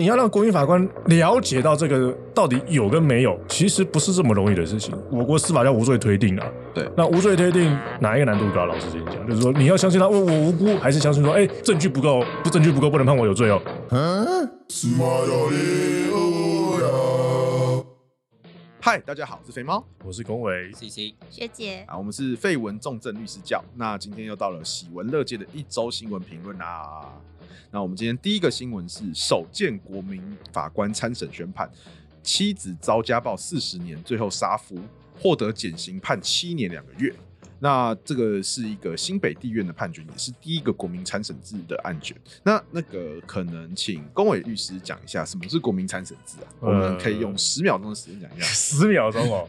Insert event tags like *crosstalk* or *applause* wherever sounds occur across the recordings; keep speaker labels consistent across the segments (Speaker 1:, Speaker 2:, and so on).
Speaker 1: 你要让国民法官了解到这个到底有跟没有，其实不是这么容易的事情。我国司法叫无罪推定啊，
Speaker 2: 对
Speaker 1: 那无罪推定哪一个难度高？老实跟你讲，就是说你要相信他，我我无辜，还是相信说，哎，证据不够，不证据不够，不能判我有罪哦。
Speaker 2: 嗨，大家好，我是肥猫
Speaker 1: 我是龚伟，
Speaker 3: C C，
Speaker 4: 学姐，
Speaker 2: 啊，我们是废文重症律师教。那今天又到了喜闻乐见的一周新闻评论啦。那我们今天第一个新闻是首见国民法官参审宣判，妻子遭家暴四十年，最后杀夫，获得减刑判七年两个月。那这个是一个新北地院的判决，也是第一个国民参审制的案卷。那那个可能请龚伟律师讲一下什么是国民参审制啊？我们可以用十秒钟的时间讲一下。
Speaker 1: 十秒钟哦。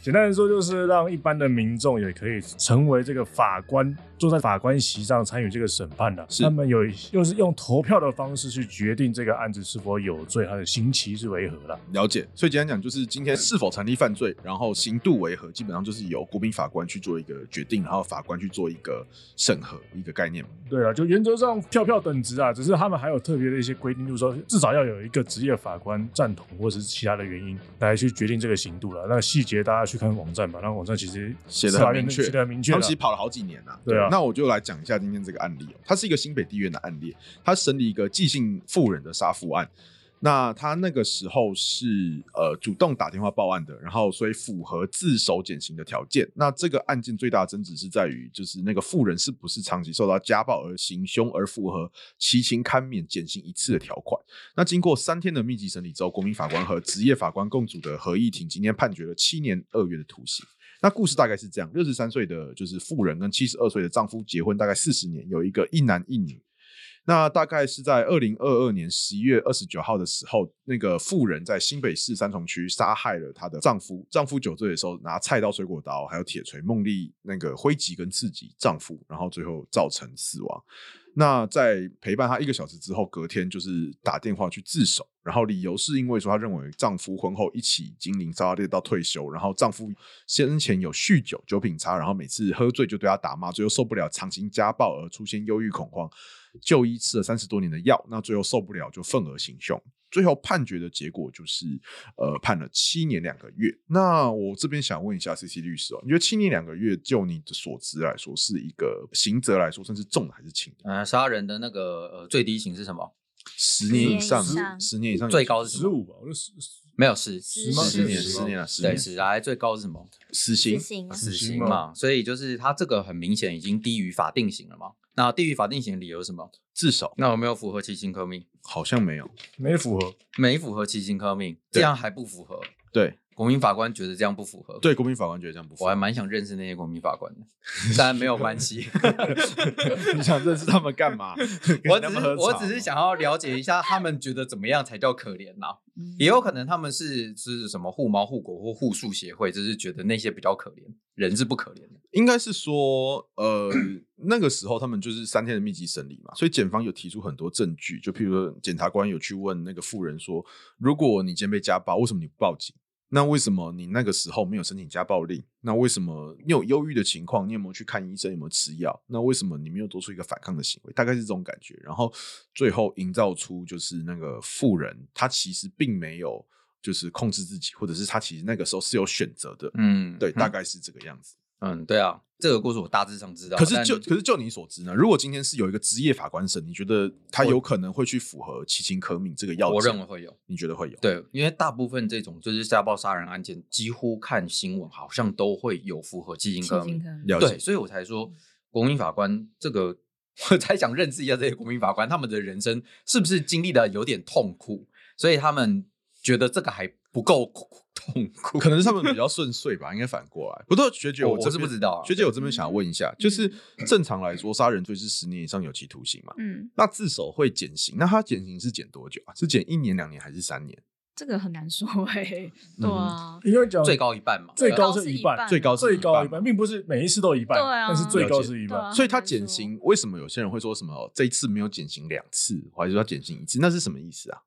Speaker 1: 简单来说，就是让一般的民众也可以成为这个法官，坐在法官席上参与这个审判的。
Speaker 2: 是
Speaker 1: 他们有又是用投票的方式去决定这个案子是否有罪，它的刑期是为何了。
Speaker 2: 了解，所以简单讲就是今天是否成立犯罪，然后刑度为何，基本上就是由国民法官去做一个决定，然后法官去做一个审核一个概念。
Speaker 1: 对啊，就原则上票票等值啊，只是他们还有特别的一些规定，就是说至少要有一个职业法官赞同，或者是其他的原因来去决定这个刑度了。那细节大家去看网站吧，那网站其实
Speaker 2: 写得
Speaker 1: 司法
Speaker 2: 很
Speaker 1: 院
Speaker 2: 明确
Speaker 1: 写的很明确
Speaker 2: 他
Speaker 1: 啦。
Speaker 2: 们其实跑了好几年啊。
Speaker 1: 对啊
Speaker 2: 那我就来讲一下今天这个案例、哦，它是一个新北地院的案例，它审理一个寄姓妇人的杀夫案。那他那个时候是呃主动打电话报案的，然后所以符合自首减刑的条件。那这个案件最大的争执是在于，就是那个妇人是不是长期受到家暴而行凶，而符合其情堪免减刑一次的条款。那经过三天的密集审理之后，国民法官和职业法官共组的合议庭今天判决了七年二月的徒刑。那故事大概是这样：六十三岁的就是妇人跟七十二岁的丈夫结婚大概四十年，有一个一男一女。那大概是在二零二二年十一月二十九号的时候，那个妇人在新北市三重区杀害了她的丈夫。丈夫酒醉的时候拿菜刀、水果刀还有铁锤梦力那个挥击跟刺激丈夫，然后最后造成死亡。那在陪伴她一个小时之后，隔天就是打电话去自首，然后理由是因为说她认为丈夫婚后一起经营烧腊店到退休，然后丈夫先前有酗酒、酒品差，然后每次喝醉就对她打骂，最后受不了长期家暴而出现忧郁恐慌，就医吃了三十多年的药，那最后受不了就愤而行凶。最后判决的结果就是，呃，判了七年两个月。那我这边想问一下 C C 律师哦，你觉得七年两个月，就你的所知来说，是一个刑责来说，算是重的还是轻的？
Speaker 3: 呃，杀人的那个呃最低刑是什么？
Speaker 2: 十年以上
Speaker 4: 十年以，上
Speaker 2: 十年以上有，
Speaker 3: 最高是什
Speaker 1: 十
Speaker 3: 么？
Speaker 1: 五吧，我就十
Speaker 3: 没有十
Speaker 4: 十
Speaker 1: 吗
Speaker 2: 十年，
Speaker 1: 十
Speaker 2: 十年啊，十
Speaker 3: 对，
Speaker 2: 年，
Speaker 3: 十来最高是什么？
Speaker 2: 死
Speaker 4: 执
Speaker 2: 刑。
Speaker 4: 行
Speaker 3: 死
Speaker 1: 刑
Speaker 3: 刑
Speaker 1: 吗
Speaker 3: 嘛。所以就是他这个很明显已经低于法定刑了嘛。那低于法定刑的理由是什么？
Speaker 2: 自首
Speaker 3: 那有没有符合其刑科命？
Speaker 2: 好像没有，
Speaker 1: 没符合。
Speaker 3: 没符合其刑科命，
Speaker 2: 对
Speaker 3: 这样还不符合。
Speaker 2: 对
Speaker 3: 国民法官觉得这样不符合。，
Speaker 2: 对，国民法官觉得这样不符 *laughs*
Speaker 3: 我还蛮想认识那些国民法官的， *laughs* 当然没有关系。
Speaker 2: 你想认识他们干嘛？
Speaker 3: 我
Speaker 2: 跟
Speaker 3: 只
Speaker 2: 他们
Speaker 3: 是
Speaker 2: 喝
Speaker 3: 我
Speaker 2: 茶
Speaker 3: 只是
Speaker 2: 吗
Speaker 3: 想要了解一下，他们觉得怎么样才叫可怜呐、也有可能他们是是什么护猫护狗或护树协会，就是觉得那些比较可怜，人是不可怜的。
Speaker 2: 应该是说，呃，那个时候他们就是三天的密集审理嘛，所以检方有提出很多证据，就譬如说检察官有去问那个妇人说，如果你今天被家暴，为什么你不报警？那为什么你那个时候没有申请家暴令？那为什么你有忧郁的情况？你有没有去看医生？有没有吃药？那为什么你没有做出一个反抗的行为？大概是这种感觉。然后最后营造出就是那个妇人，她其实并没有就是控制自己，或者是她其实那个时候是有选择的。
Speaker 3: 嗯
Speaker 2: 对，大概是这个样子。
Speaker 3: 嗯，对啊，这个故事我大致上知道。
Speaker 2: 可是
Speaker 3: 啊但
Speaker 2: 就可是就你所知呢？如果今天是有一个职业法官审，你觉得他有可能会去符合其情可悯这个要件？
Speaker 3: 我认为会有。
Speaker 2: 你觉得会有？
Speaker 3: 对，因为大部分这种就是家暴杀人案件，几乎看新闻好像都会有符合基金科
Speaker 4: 亲
Speaker 3: 名
Speaker 4: 近。科
Speaker 2: 了
Speaker 3: 对，
Speaker 2: 解。
Speaker 3: 所以我才说国民法官这个，我才想认识一下这些国民法官，他们的人生是不是经历的有点痛苦，所以他们觉得这个还不够苦 *laughs* 痛苦。
Speaker 2: 可能是他们比较顺遂吧，应该反过来。不过学姐，
Speaker 3: 我
Speaker 2: 这
Speaker 3: 我是
Speaker 2: 边
Speaker 3: 不知道啊嗯
Speaker 2: 学姐，我这边想要问一下，就是正常来说，杀人罪是十年以上有期徒刑嘛？
Speaker 4: 嗯，
Speaker 2: 那自首会减刑，那他减刑是减多久啊？是减一年、两年还是三年？
Speaker 4: 这个很难说哎、
Speaker 1: 嗯
Speaker 4: 对啊，
Speaker 1: 应该讲
Speaker 3: 最高一半嘛，啊
Speaker 1: 最高
Speaker 4: 最高
Speaker 1: 是
Speaker 4: 是
Speaker 1: 一
Speaker 4: 一
Speaker 1: 半，
Speaker 4: 半
Speaker 2: 最高是
Speaker 1: 最高一
Speaker 2: 半
Speaker 1: 半，并不是每一次都一半，
Speaker 4: 对啊
Speaker 1: 但是最高是一
Speaker 4: 对
Speaker 1: 半。
Speaker 4: 啊
Speaker 2: 所以他减刑，哦为什么有些人会说什么这一次没有减刑两次，我还是要减刑一次？那是什么意思啊？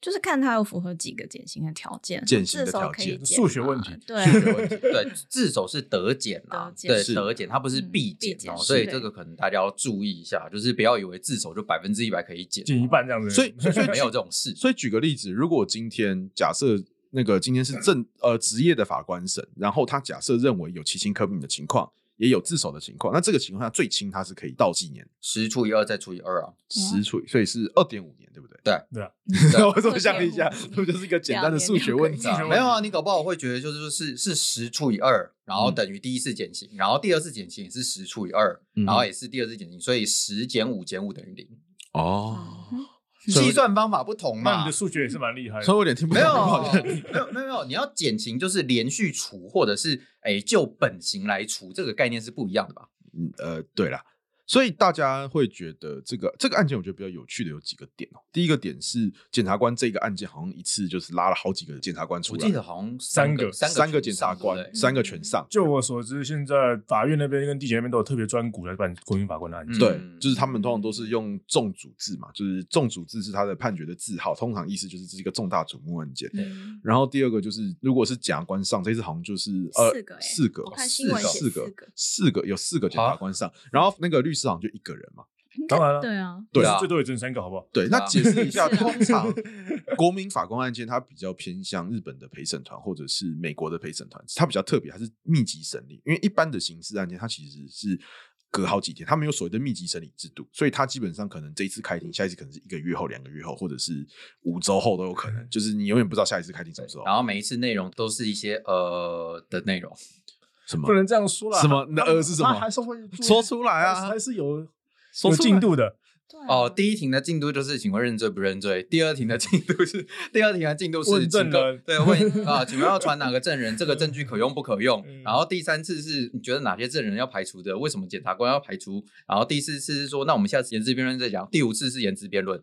Speaker 4: 就是看他有符合几个减刑的条件，
Speaker 2: 减刑的
Speaker 4: 自首
Speaker 2: 条
Speaker 4: 可以
Speaker 2: 件
Speaker 4: 减
Speaker 1: 数学
Speaker 4: 嘛
Speaker 1: 问题
Speaker 4: 对啊
Speaker 3: 数学问题对，自首是得减啊
Speaker 4: 得，检
Speaker 3: 对，
Speaker 2: 是
Speaker 3: 得减，它不是
Speaker 4: 嗯
Speaker 3: 必
Speaker 4: 必
Speaker 3: 减哦，
Speaker 4: 检
Speaker 3: 所以
Speaker 4: 对
Speaker 3: 这个可能大家要注意一下，就是不要以为自首就百分之一百可以减，
Speaker 1: 减一半这样子。
Speaker 2: 所以所以所以
Speaker 3: 没有这种事。
Speaker 2: 所以举个例子，如果今天假设那个今天是正呃职业的法官审，然后他假设认为有其轻可悯的情况，也有自首的情况，那这个情况下最轻他是可以到几年，
Speaker 3: 十除以二再除以二啊，
Speaker 2: 十除以所以是二点五年，对不对？
Speaker 3: 对
Speaker 1: 啊
Speaker 2: *laughs* 我怎么想了一下，这不就是一个简单的数学问题
Speaker 1: 两年就可以？
Speaker 3: 没有啊，你搞不好会觉得就是是是十除以二，然后等于第一次减刑，然后第二次减刑也是十除以二，
Speaker 2: 嗯
Speaker 3: 然后也是第二次减刑，所以十减五减五等于零，
Speaker 2: 哦，所以
Speaker 3: 计算方法不同
Speaker 1: 那你
Speaker 3: 嘛
Speaker 1: 的。数学也是蛮厉害的
Speaker 2: 哦哎所以。我有点听不
Speaker 3: 没
Speaker 2: 懂。
Speaker 3: 有，没有，没有，没有。你要减刑就是连续除，或者是哎就本刑来除，这个概念是不一样的吧？
Speaker 2: 嗯 *laughs* 呃，对啦，所以大家会觉得这个这个案件，我觉得比较有趣的有几个点哦。第一个点是检察官这个案件好像一次就是拉了好几个检察官出
Speaker 3: 我
Speaker 2: 来，
Speaker 3: 记得好像
Speaker 1: 三
Speaker 3: 个
Speaker 1: 个
Speaker 3: 三
Speaker 2: 三个
Speaker 3: 全
Speaker 2: 检察
Speaker 3: 上对不
Speaker 2: 官，
Speaker 3: 对
Speaker 2: 三个全上。
Speaker 1: 就我所知，现在法院那边跟地检那边都有特别专股来办国民法官的案件。
Speaker 3: 嗯
Speaker 2: 对，就是他们通常都是用重组字嘛，就是重组字是他的判决的字号，通常意思就是这是一个重大瞩目案件。
Speaker 4: 嗯
Speaker 2: 然后第二个就是，如果是检察官上，这次好像就是呃
Speaker 4: 四个欸
Speaker 2: 四个，
Speaker 4: 我看新闻
Speaker 2: 四
Speaker 4: 写
Speaker 2: 个
Speaker 4: 四个，
Speaker 2: 四个有四个检察官上，然后那个律师好像就一个人嘛。
Speaker 4: 应该
Speaker 1: 当然了
Speaker 4: 对啊，
Speaker 2: 对
Speaker 3: 啊
Speaker 1: 最多也只能三个，好不好？
Speaker 2: 对，
Speaker 3: 对
Speaker 2: 那
Speaker 3: 啊
Speaker 2: 解释一下，
Speaker 4: 是啊
Speaker 2: 通
Speaker 4: *laughs*
Speaker 2: 常国民法官案件它比较偏向日本的陪审团或者是美国的陪审团，它比较特别，它是密集审理。因为一般的刑事案件，它其实是隔好几天，它没有所谓的密集审理制度，所以它基本上可能这一次开庭，下一次可能是一个月后、两个月后，或者是五周后都有可
Speaker 1: 嗯
Speaker 2: 能，就是你永远不知道下一次开庭什么时候。
Speaker 3: 然后每一次内容都是一些呃的内容，
Speaker 2: 什么
Speaker 1: 不能这样说啦。
Speaker 2: 什么那
Speaker 1: 他们
Speaker 2: 呃是什么
Speaker 1: 他还是会做
Speaker 2: 说出来啊
Speaker 1: 还是有有
Speaker 2: 说出来
Speaker 1: 进度的。
Speaker 4: 对啊
Speaker 3: 哦，第一庭的进度就是请问认罪不认罪，第二庭的进度是第二庭的进度是
Speaker 1: 问证
Speaker 3: 请个
Speaker 1: 人
Speaker 3: 对问啊，请问要传哪个证人，这个证据可用不可用？
Speaker 1: 嗯
Speaker 3: 然后第三次是你觉得哪些证人要排除的，为什么检察官要排除？然后第四次是说那我们下次言之辩论再讲，第五次是言之辩论，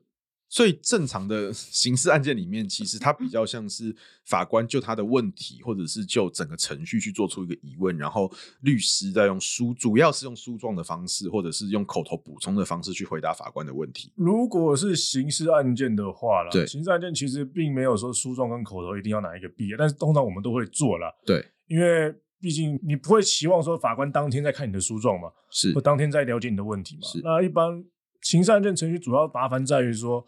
Speaker 2: 所以正常的刑事案件里面，其实它比较像是法官就他的问题，或者是就整个程序去做出一个疑问，然后律师再用书，主要是用书状的方式，或者是用口头补充的方式去回答法官的问题。
Speaker 1: 如果是刑事案件的话啦，
Speaker 2: 对
Speaker 1: 刑事案件其实并没有说诉状跟口头一定要哪一个毕业，但是通常我们都会做啦，
Speaker 2: 对，
Speaker 1: 因为毕竟你不会期望说法官当天在看你的诉状嘛，
Speaker 2: 是
Speaker 1: 或当天在了解你的问题嘛
Speaker 2: 是。
Speaker 1: 那一般刑事案件程序主要麻烦在于说，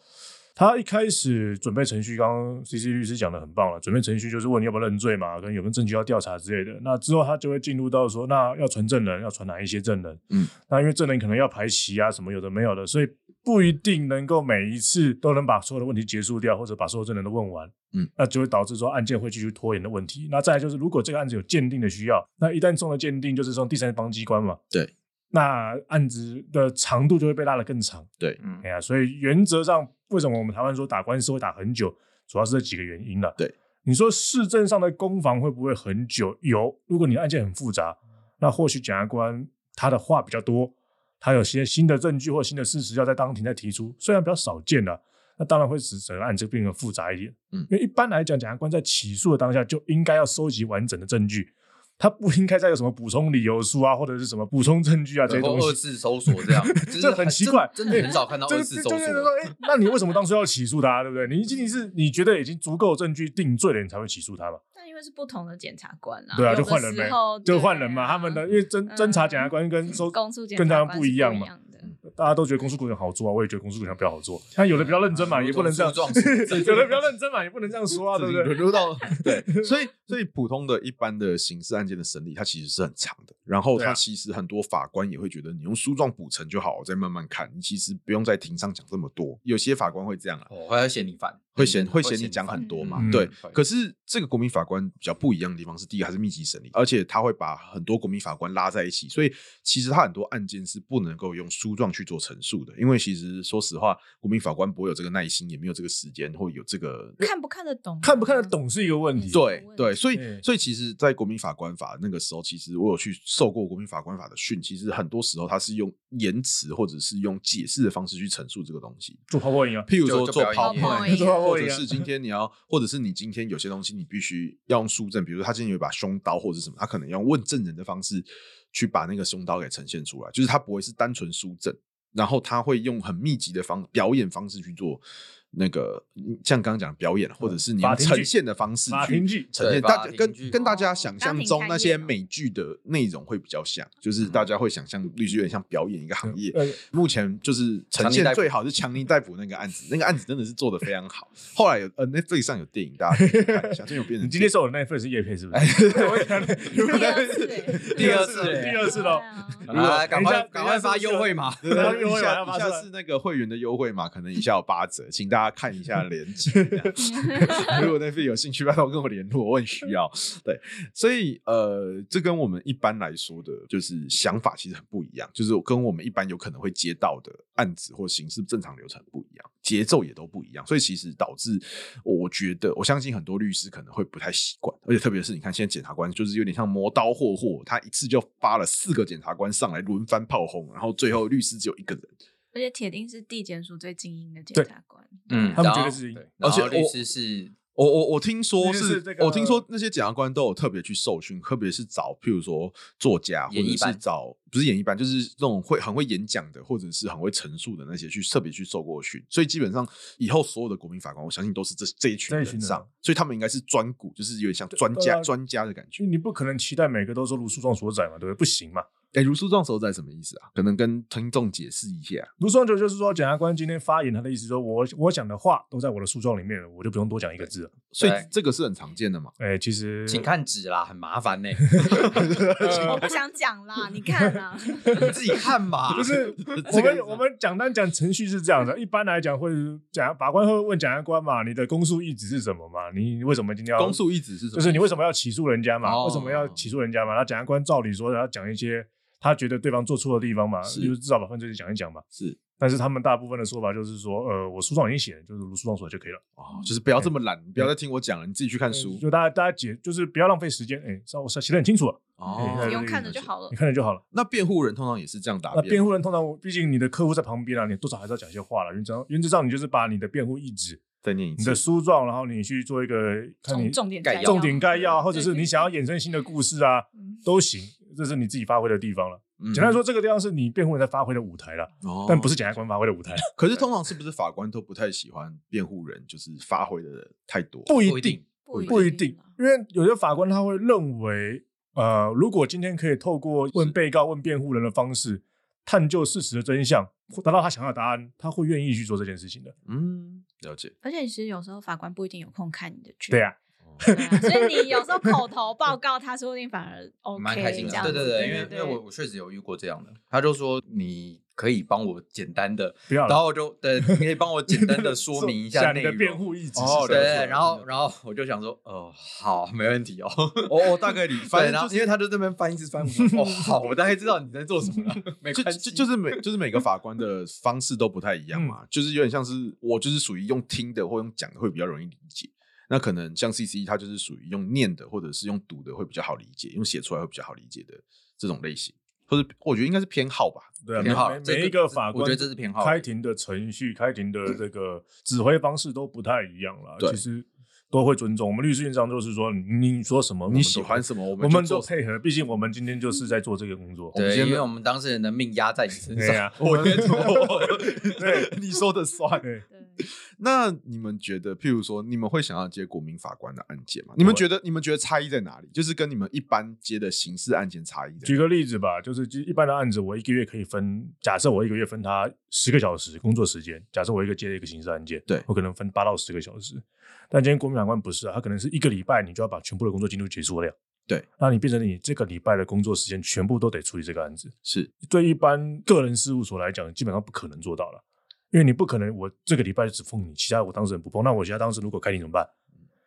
Speaker 1: 他一开始准备程序，刚刚 C C 律师讲的很棒了，准备程序就是问你要不要认罪嘛，跟有没有证据要调查之类的。那之后他就会进入到说，那要传证人，要传哪一些证人？
Speaker 2: 嗯，
Speaker 1: 那因为证人可能要排期啊，什么有的没有的，所以。不一定能够每一次都能把所有的问题结束掉，或者把所有证人都问完。
Speaker 2: 嗯
Speaker 1: 那就会导致说案件会继续拖延的问题。那再来就是，如果这个案子有鉴定的需要，那一旦送了鉴定，就是送第三方机关嘛。
Speaker 2: 对。
Speaker 1: 那案子的长度就会被拉得更长。
Speaker 3: 嗯
Speaker 1: 哎，呀，所以原则上，为什么我们台湾说打官司会打很久，主要是这几个原因了。
Speaker 2: 对，
Speaker 1: 你说市政上的攻防会不会很久？有，如果你的案件很复杂，那或许检察官他的话比较多，他有些新的证据或新的事实要在当庭再提出，虽然比较少见了、那当然会使整个案子变得复杂一点。
Speaker 2: 嗯
Speaker 1: 因为一般来讲，检察官在起诉的当下就应该要收集完整的证据。他不应该再有什么补充理由书啊，或者是什么补充证据啊这些
Speaker 3: 然后
Speaker 1: 东西。
Speaker 3: 二次搜索
Speaker 1: *laughs*
Speaker 3: 这样，就是
Speaker 1: 这很奇怪
Speaker 3: 真真的很少看到
Speaker 1: 就
Speaker 3: 二
Speaker 1: 是
Speaker 3: 次
Speaker 1: 就
Speaker 3: 搜
Speaker 1: 就
Speaker 3: 索
Speaker 1: 是。说，哎、那你为什么当初要起诉他，对不对？你仅仅是你觉得已经足够证据定罪了，你才会起诉他嘛？
Speaker 4: 但因为是不同的检察官啊，
Speaker 1: 对啊，
Speaker 4: 有
Speaker 1: 就
Speaker 4: 的
Speaker 1: 换人呗
Speaker 4: 时候，
Speaker 1: 就
Speaker 4: 对
Speaker 1: 换人嘛。
Speaker 4: 啊
Speaker 1: 他们的因为侦侦查
Speaker 4: 嗯
Speaker 1: 检察官跟收
Speaker 4: 公诉检
Speaker 1: 跟
Speaker 4: 察
Speaker 1: 他
Speaker 4: 官
Speaker 1: 们
Speaker 4: 是
Speaker 1: 不一样嘛，
Speaker 4: 的嗯
Speaker 1: 大家都觉得公诉股长好做啊，我也觉得公诉股长比较好做。他有的比较认真
Speaker 4: 嗯
Speaker 1: 嘛，也不能这样
Speaker 3: 诉，状是
Speaker 1: *laughs* 有的比较认真嘛，也不能这样说啊，对不对？
Speaker 2: 沦
Speaker 1: *laughs*
Speaker 2: 入到对，所以所以普通的一般的刑事案件的审理，它其实是很长的。然后
Speaker 1: 对啊
Speaker 2: 它其实很多法官也会觉得，你用书状补成就好，我再慢慢看，你其实不用在庭上讲这么多。有些法官会这样啊，
Speaker 3: 哦，会嫌你烦，嗯
Speaker 2: 会嫌会嫌你
Speaker 3: 烦
Speaker 2: 讲很多嘛？
Speaker 1: 嗯
Speaker 2: 对
Speaker 3: 会。
Speaker 2: 可是这个国民法官比较不一样的地方是，第一个还是密集审理，而且他会把很多国民法官拉在一起，所以其实他很多案件是不能够用书状去做陈述的，因为其实说实话，国民法官不会有这个耐心，也没有这个时间，或有这个
Speaker 4: 看不看得懂，
Speaker 1: 看不看 *laughs* 得，懂是一个问题。
Speaker 2: 对
Speaker 4: 问
Speaker 2: 对，
Speaker 4: 题
Speaker 2: 所以
Speaker 1: 对
Speaker 2: 所以其实，在国民法官法那个时候，其实我有去受过国民法官法的训，其实很多时候他是用言辞或者是用解释的方式去陈述这个东西。
Speaker 1: 做泡泡影啊，
Speaker 2: 譬如说
Speaker 3: 就
Speaker 2: 做
Speaker 3: 就
Speaker 4: *laughs*
Speaker 3: 表演
Speaker 2: PowerPoint，
Speaker 1: 做 PowerPoint
Speaker 2: 或者
Speaker 4: 啊
Speaker 2: 是今天你要，或者是你今天有些东西你必须要用书证，比如说他今天有一把凶刀或者是什么，他可能要用问证人的方式去把那个凶刀给呈现出来，就是他不会是单纯书证，然后他会用很密集的方表演方式去做那个嗯像刚刚讲的表演，或者是你
Speaker 1: 法
Speaker 2: 要
Speaker 1: 庭
Speaker 2: 呈
Speaker 1: 剧
Speaker 2: 现的方式
Speaker 1: 法
Speaker 2: 去
Speaker 1: 庭剧
Speaker 2: 呈现，
Speaker 3: 对
Speaker 2: 大
Speaker 3: 法
Speaker 2: 家
Speaker 3: 庭
Speaker 2: 跟
Speaker 3: 剧
Speaker 2: 跟大家
Speaker 4: 哦
Speaker 2: 想
Speaker 4: 当
Speaker 2: 象
Speaker 4: 庭
Speaker 2: 中
Speaker 4: 看
Speaker 2: 那
Speaker 4: 夜
Speaker 2: 些
Speaker 4: 嘛
Speaker 2: 美剧的内容会比较像，就是大家会想象律师有点像表演一个行业。
Speaker 1: 嗯呃
Speaker 2: 目前就是呈
Speaker 3: 强尼
Speaker 2: 现
Speaker 3: 戴普
Speaker 2: 最好是强尼逮捕那个案子，那个案子真的是做的非常好。后来有呃 Netflix 上有电影，大家可以去看一下，最近有变
Speaker 1: 你
Speaker 2: 成
Speaker 1: 今天 *laughs*
Speaker 2: 电
Speaker 1: 收我那份是叶配是
Speaker 4: *laughs*
Speaker 1: 不是？我也想如果
Speaker 4: 哎第
Speaker 1: *laughs*
Speaker 4: 二次，哎
Speaker 3: 第二次
Speaker 1: 第二次喽，
Speaker 4: 啊
Speaker 3: 好啦赶快
Speaker 1: 等一下
Speaker 3: 赶快发优惠码，
Speaker 2: 对对对
Speaker 1: 优惠码
Speaker 2: 一下
Speaker 1: 要发
Speaker 2: 一
Speaker 1: 出
Speaker 2: 下
Speaker 1: 来
Speaker 2: 是那个会员的优惠嘛，可能一下有八折，请大家看
Speaker 1: *laughs*
Speaker 2: 一下链接。这样如果那边有兴趣，拜托跟我联络，我很需要。对，所以呃，这跟我们一般来说的，就是想法其实很不一样，就是跟我们一般有可能会接到的案子或刑事正常流程不一样，节奏也都不一样，所以其实导致我觉得，我相信很多律师可能会不太习惯，而且特别是你看现在检察官就是有点像磨刀霍霍，他一次就发了四个检察官上来轮番炮轰，然后最后律师只有一个人。
Speaker 4: 而且铁定是地检署最精英的检察官，啊
Speaker 3: 嗯
Speaker 1: 他们
Speaker 3: 然
Speaker 1: 绝
Speaker 3: 后
Speaker 1: 对是赢
Speaker 3: 对
Speaker 2: 而
Speaker 3: 然
Speaker 2: 且
Speaker 3: 后律
Speaker 2: 我
Speaker 3: 师是
Speaker 2: 我我我听说，
Speaker 1: 就是是这个
Speaker 2: 我听说那些检察官都有特别去受训，特别是找譬如说作家，或
Speaker 3: 演
Speaker 2: 者
Speaker 3: 艺班
Speaker 2: 是找不是演艺班，就是那种会很会演讲的，或者是很会陈述的那些去特别去受过训。所以基本上以后所有的国民法官，我相信都是这这一群
Speaker 1: 这一群
Speaker 2: 人
Speaker 1: 人
Speaker 2: 上，所以他们应该是专股，就是有点像专
Speaker 1: 对
Speaker 2: 家
Speaker 1: 啊
Speaker 2: 专家的感觉
Speaker 1: 就。你不可能期待每个都说如诉状所载嘛，对不对？不行嘛。
Speaker 2: 哎，如诉状手在什么意思啊？可能跟听众解释一下。
Speaker 1: 如诉状就是说，检察官今天发言，他的意思说我我讲的话都在我的诉状里面了，我就不用多讲一个字了。
Speaker 2: 所以
Speaker 3: 对
Speaker 2: 这个是很常见的嘛。
Speaker 1: 哎，其实
Speaker 3: 请看纸啦，很麻烦呢，
Speaker 4: 呃我不想讲啦，你看
Speaker 1: *laughs*
Speaker 4: 啦，
Speaker 3: 你自己看吧。
Speaker 1: 就是我
Speaker 3: 这个
Speaker 1: 们
Speaker 3: 意思
Speaker 1: 我们简单讲程序是这样的，一般来讲会讲法官会问检察官嘛，你的公诉意旨是什么嘛？你为什么今天要
Speaker 2: 公诉一直是什么？
Speaker 1: 就是你为什么要起诉人家嘛？
Speaker 3: 哦
Speaker 1: 为什么要起诉人家嘛？那检察官照理说要讲一些他觉得对方做错的地方嘛，
Speaker 2: 是
Speaker 1: 就是至少把犯罪讲一讲嘛。
Speaker 2: 是
Speaker 1: 但是他们大部分的说法就是说，呃，我诉状已经写了，就是如诉状所就可以了。
Speaker 2: 哦，就是不要这么懒，不要再听我讲了，你自己去看书
Speaker 1: 就大家大家解，就是不要浪费时间，哎，稍微写的很清楚了，
Speaker 2: 哦
Speaker 1: 哎
Speaker 4: 不用看着就好了
Speaker 1: 你。看了就好了。
Speaker 2: 那辩护人通常也是这样答
Speaker 1: 那
Speaker 2: 辩
Speaker 1: 辩
Speaker 2: 吗，
Speaker 1: 护人通常，毕竟你的客户在旁边啊，你多少还是要讲一些话了。原则上原则上，你就是把你的辩护意旨、
Speaker 2: 再念一
Speaker 1: 你
Speaker 2: 次
Speaker 1: 的。诉状，然后你去做一个看你
Speaker 4: 重重点
Speaker 3: 概
Speaker 4: 摘
Speaker 3: 要
Speaker 4: 要
Speaker 1: 重点概要啊，或者是你想要衍生新的故事啊，
Speaker 4: 嗯
Speaker 1: 都行，这是你自己发挥的地方了。
Speaker 2: 嗯
Speaker 1: 简单说，这个地方是你辩护人在发挥的舞台了，
Speaker 2: 哦
Speaker 1: 但不是检察官发挥的舞台。
Speaker 2: 可是通常是不是法官都不太喜欢辩护人就是发挥的太多？
Speaker 1: 不
Speaker 3: 不
Speaker 1: 一
Speaker 3: 一定
Speaker 1: 定，
Speaker 4: 不
Speaker 1: 不一
Speaker 4: 一啊
Speaker 1: 定
Speaker 4: 啦，
Speaker 1: 因为有些法官他会认为，呃，如果今天可以透过问被告、问辩护人的方式，探究事实的真相，达到他想要的答案，他会愿意去做这件事情的。
Speaker 2: 嗯，了解。
Speaker 4: 而且其实有时候法官不一定有空看你的剧，
Speaker 1: 对呀、
Speaker 4: 对啊，所以你有
Speaker 1: *laughs*
Speaker 4: 时候口头报告，他说不定反而 OK，
Speaker 3: 蛮开心
Speaker 4: 这
Speaker 3: 的
Speaker 4: 样，
Speaker 3: 对
Speaker 4: 子
Speaker 3: 对
Speaker 4: 对，
Speaker 3: 因为因为我我确实有遇过这样的，他就说你可以帮我简单的，
Speaker 1: 不要
Speaker 3: 然
Speaker 1: 了。
Speaker 3: 后我就对，你可以帮我简单
Speaker 1: *laughs*
Speaker 3: 的说明一下
Speaker 1: 你
Speaker 3: 内
Speaker 1: 的
Speaker 3: 容。
Speaker 1: 辩护意志是
Speaker 2: 哦
Speaker 1: 什
Speaker 3: 对
Speaker 2: 了
Speaker 1: 么。
Speaker 2: 解了
Speaker 3: 对，然后
Speaker 2: 解
Speaker 3: 然后我就想说，哦，好，没问题哦。
Speaker 2: 哦，我大
Speaker 3: *laughs*
Speaker 2: 概理，
Speaker 3: 反
Speaker 2: 反
Speaker 3: 正然
Speaker 2: 正
Speaker 3: 后
Speaker 2: 就
Speaker 3: 因
Speaker 2: 是
Speaker 3: 为他就这边翻一直翻，我说哦，好，我大概知道你在做什么了，没
Speaker 2: 就
Speaker 3: 关
Speaker 2: 就
Speaker 3: 系，
Speaker 2: 就是每就是每个
Speaker 3: *laughs*
Speaker 2: 法官的方式都不太一样
Speaker 3: 嗯
Speaker 2: 嘛，就是有点像是我就是属于用听的或用讲的会比较容易理解。那可能像 C C 他就是属于用念的或者是用读的会比较好理解，用写出来会比较好理解的这种类型，或者我觉得应该是偏好吧。
Speaker 1: 对啊，
Speaker 3: 偏好
Speaker 1: 每每
Speaker 3: 这个
Speaker 1: 每一个法官，
Speaker 3: 我觉得这是偏好
Speaker 1: 开庭的程序、开庭的这个指挥方式都不太一样了。
Speaker 2: 对
Speaker 1: 其实都会尊重。我们律师院长就是说，你你说什么，我们
Speaker 2: 你
Speaker 1: 都
Speaker 2: 喜欢什么，我
Speaker 1: 我
Speaker 2: 们
Speaker 1: 们
Speaker 2: 就
Speaker 1: 都
Speaker 2: 做什么。
Speaker 1: 配合。毕竟我们今天就是在做这个工作。
Speaker 3: 对，
Speaker 2: 先
Speaker 3: 因为我们当事人的命压在你身
Speaker 1: 对啊
Speaker 3: 上，
Speaker 1: 呀，
Speaker 2: 我在做，
Speaker 1: *laughs* 对
Speaker 2: 你说的算。
Speaker 1: 对，
Speaker 4: 对
Speaker 2: 那你们觉得，譬如说，你们会想要接国民法官的案件吗？你们觉得，你们觉得差异在哪里？就是跟你们一般接的刑事案件差异在
Speaker 1: 举
Speaker 2: 哪
Speaker 1: 个例子吧，就是就一般的案子，我一个月可以分，假设我一个月分他十个小时工作时间，假设我一个接一个刑事案件，
Speaker 2: 对
Speaker 1: 我可能分八到十个小时。但今天国民法官不是啊，他可能是一个礼拜你就要把全部的工作进度结束了，
Speaker 2: 对，
Speaker 1: 那你变成你这个礼拜的工作时间全部都得处理这个案子，
Speaker 2: 是
Speaker 1: 对一般个人事务所来讲，基本上不可能做到了。因为你不可能，我这个礼拜就只碰你，其他我当事人不碰。那我其他当事人如果开庭怎么办？
Speaker 3: *laughs*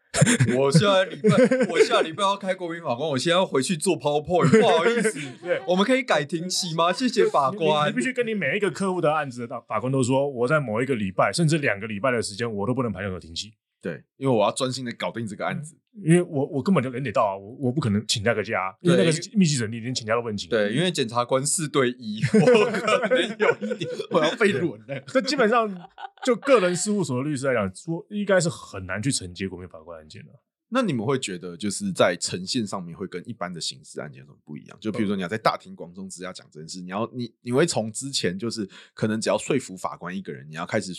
Speaker 3: 我下礼拜，我下礼
Speaker 2: *laughs*
Speaker 3: 拜要开国民法官，我现在要回去做 PowerPoint，不好意
Speaker 2: *laughs*
Speaker 3: 思，
Speaker 1: 对，
Speaker 3: 我们可以改庭期
Speaker 2: 啊
Speaker 3: 吗？谢谢法
Speaker 1: 你你你必须跟你每一个客户的案子的大法官都说，我在某一个礼拜甚至两个礼拜的时间，我都不能排任何庭期，
Speaker 2: 对，因为我要专心的搞定这个案子。
Speaker 1: 因为我我根本就人得到啊，我我不可能请假个假，因为那
Speaker 3: 对
Speaker 1: 个是密集审理，连请假都不能请。，
Speaker 3: 对，因为检察官四对
Speaker 2: *laughs*
Speaker 3: 一，我可能有一点，
Speaker 2: 我要被轮了，
Speaker 1: 这基本上就个人事务所的律师来讲，说应该是很难去承接国民法官案件的。
Speaker 2: 那你们会觉得就是在呈现上面会跟一般的刑事案件有什么不一样？就比如说你要在大庭广众之下讲这件事，你要你你会从之前就是可能只要说服法官一个人，你要开始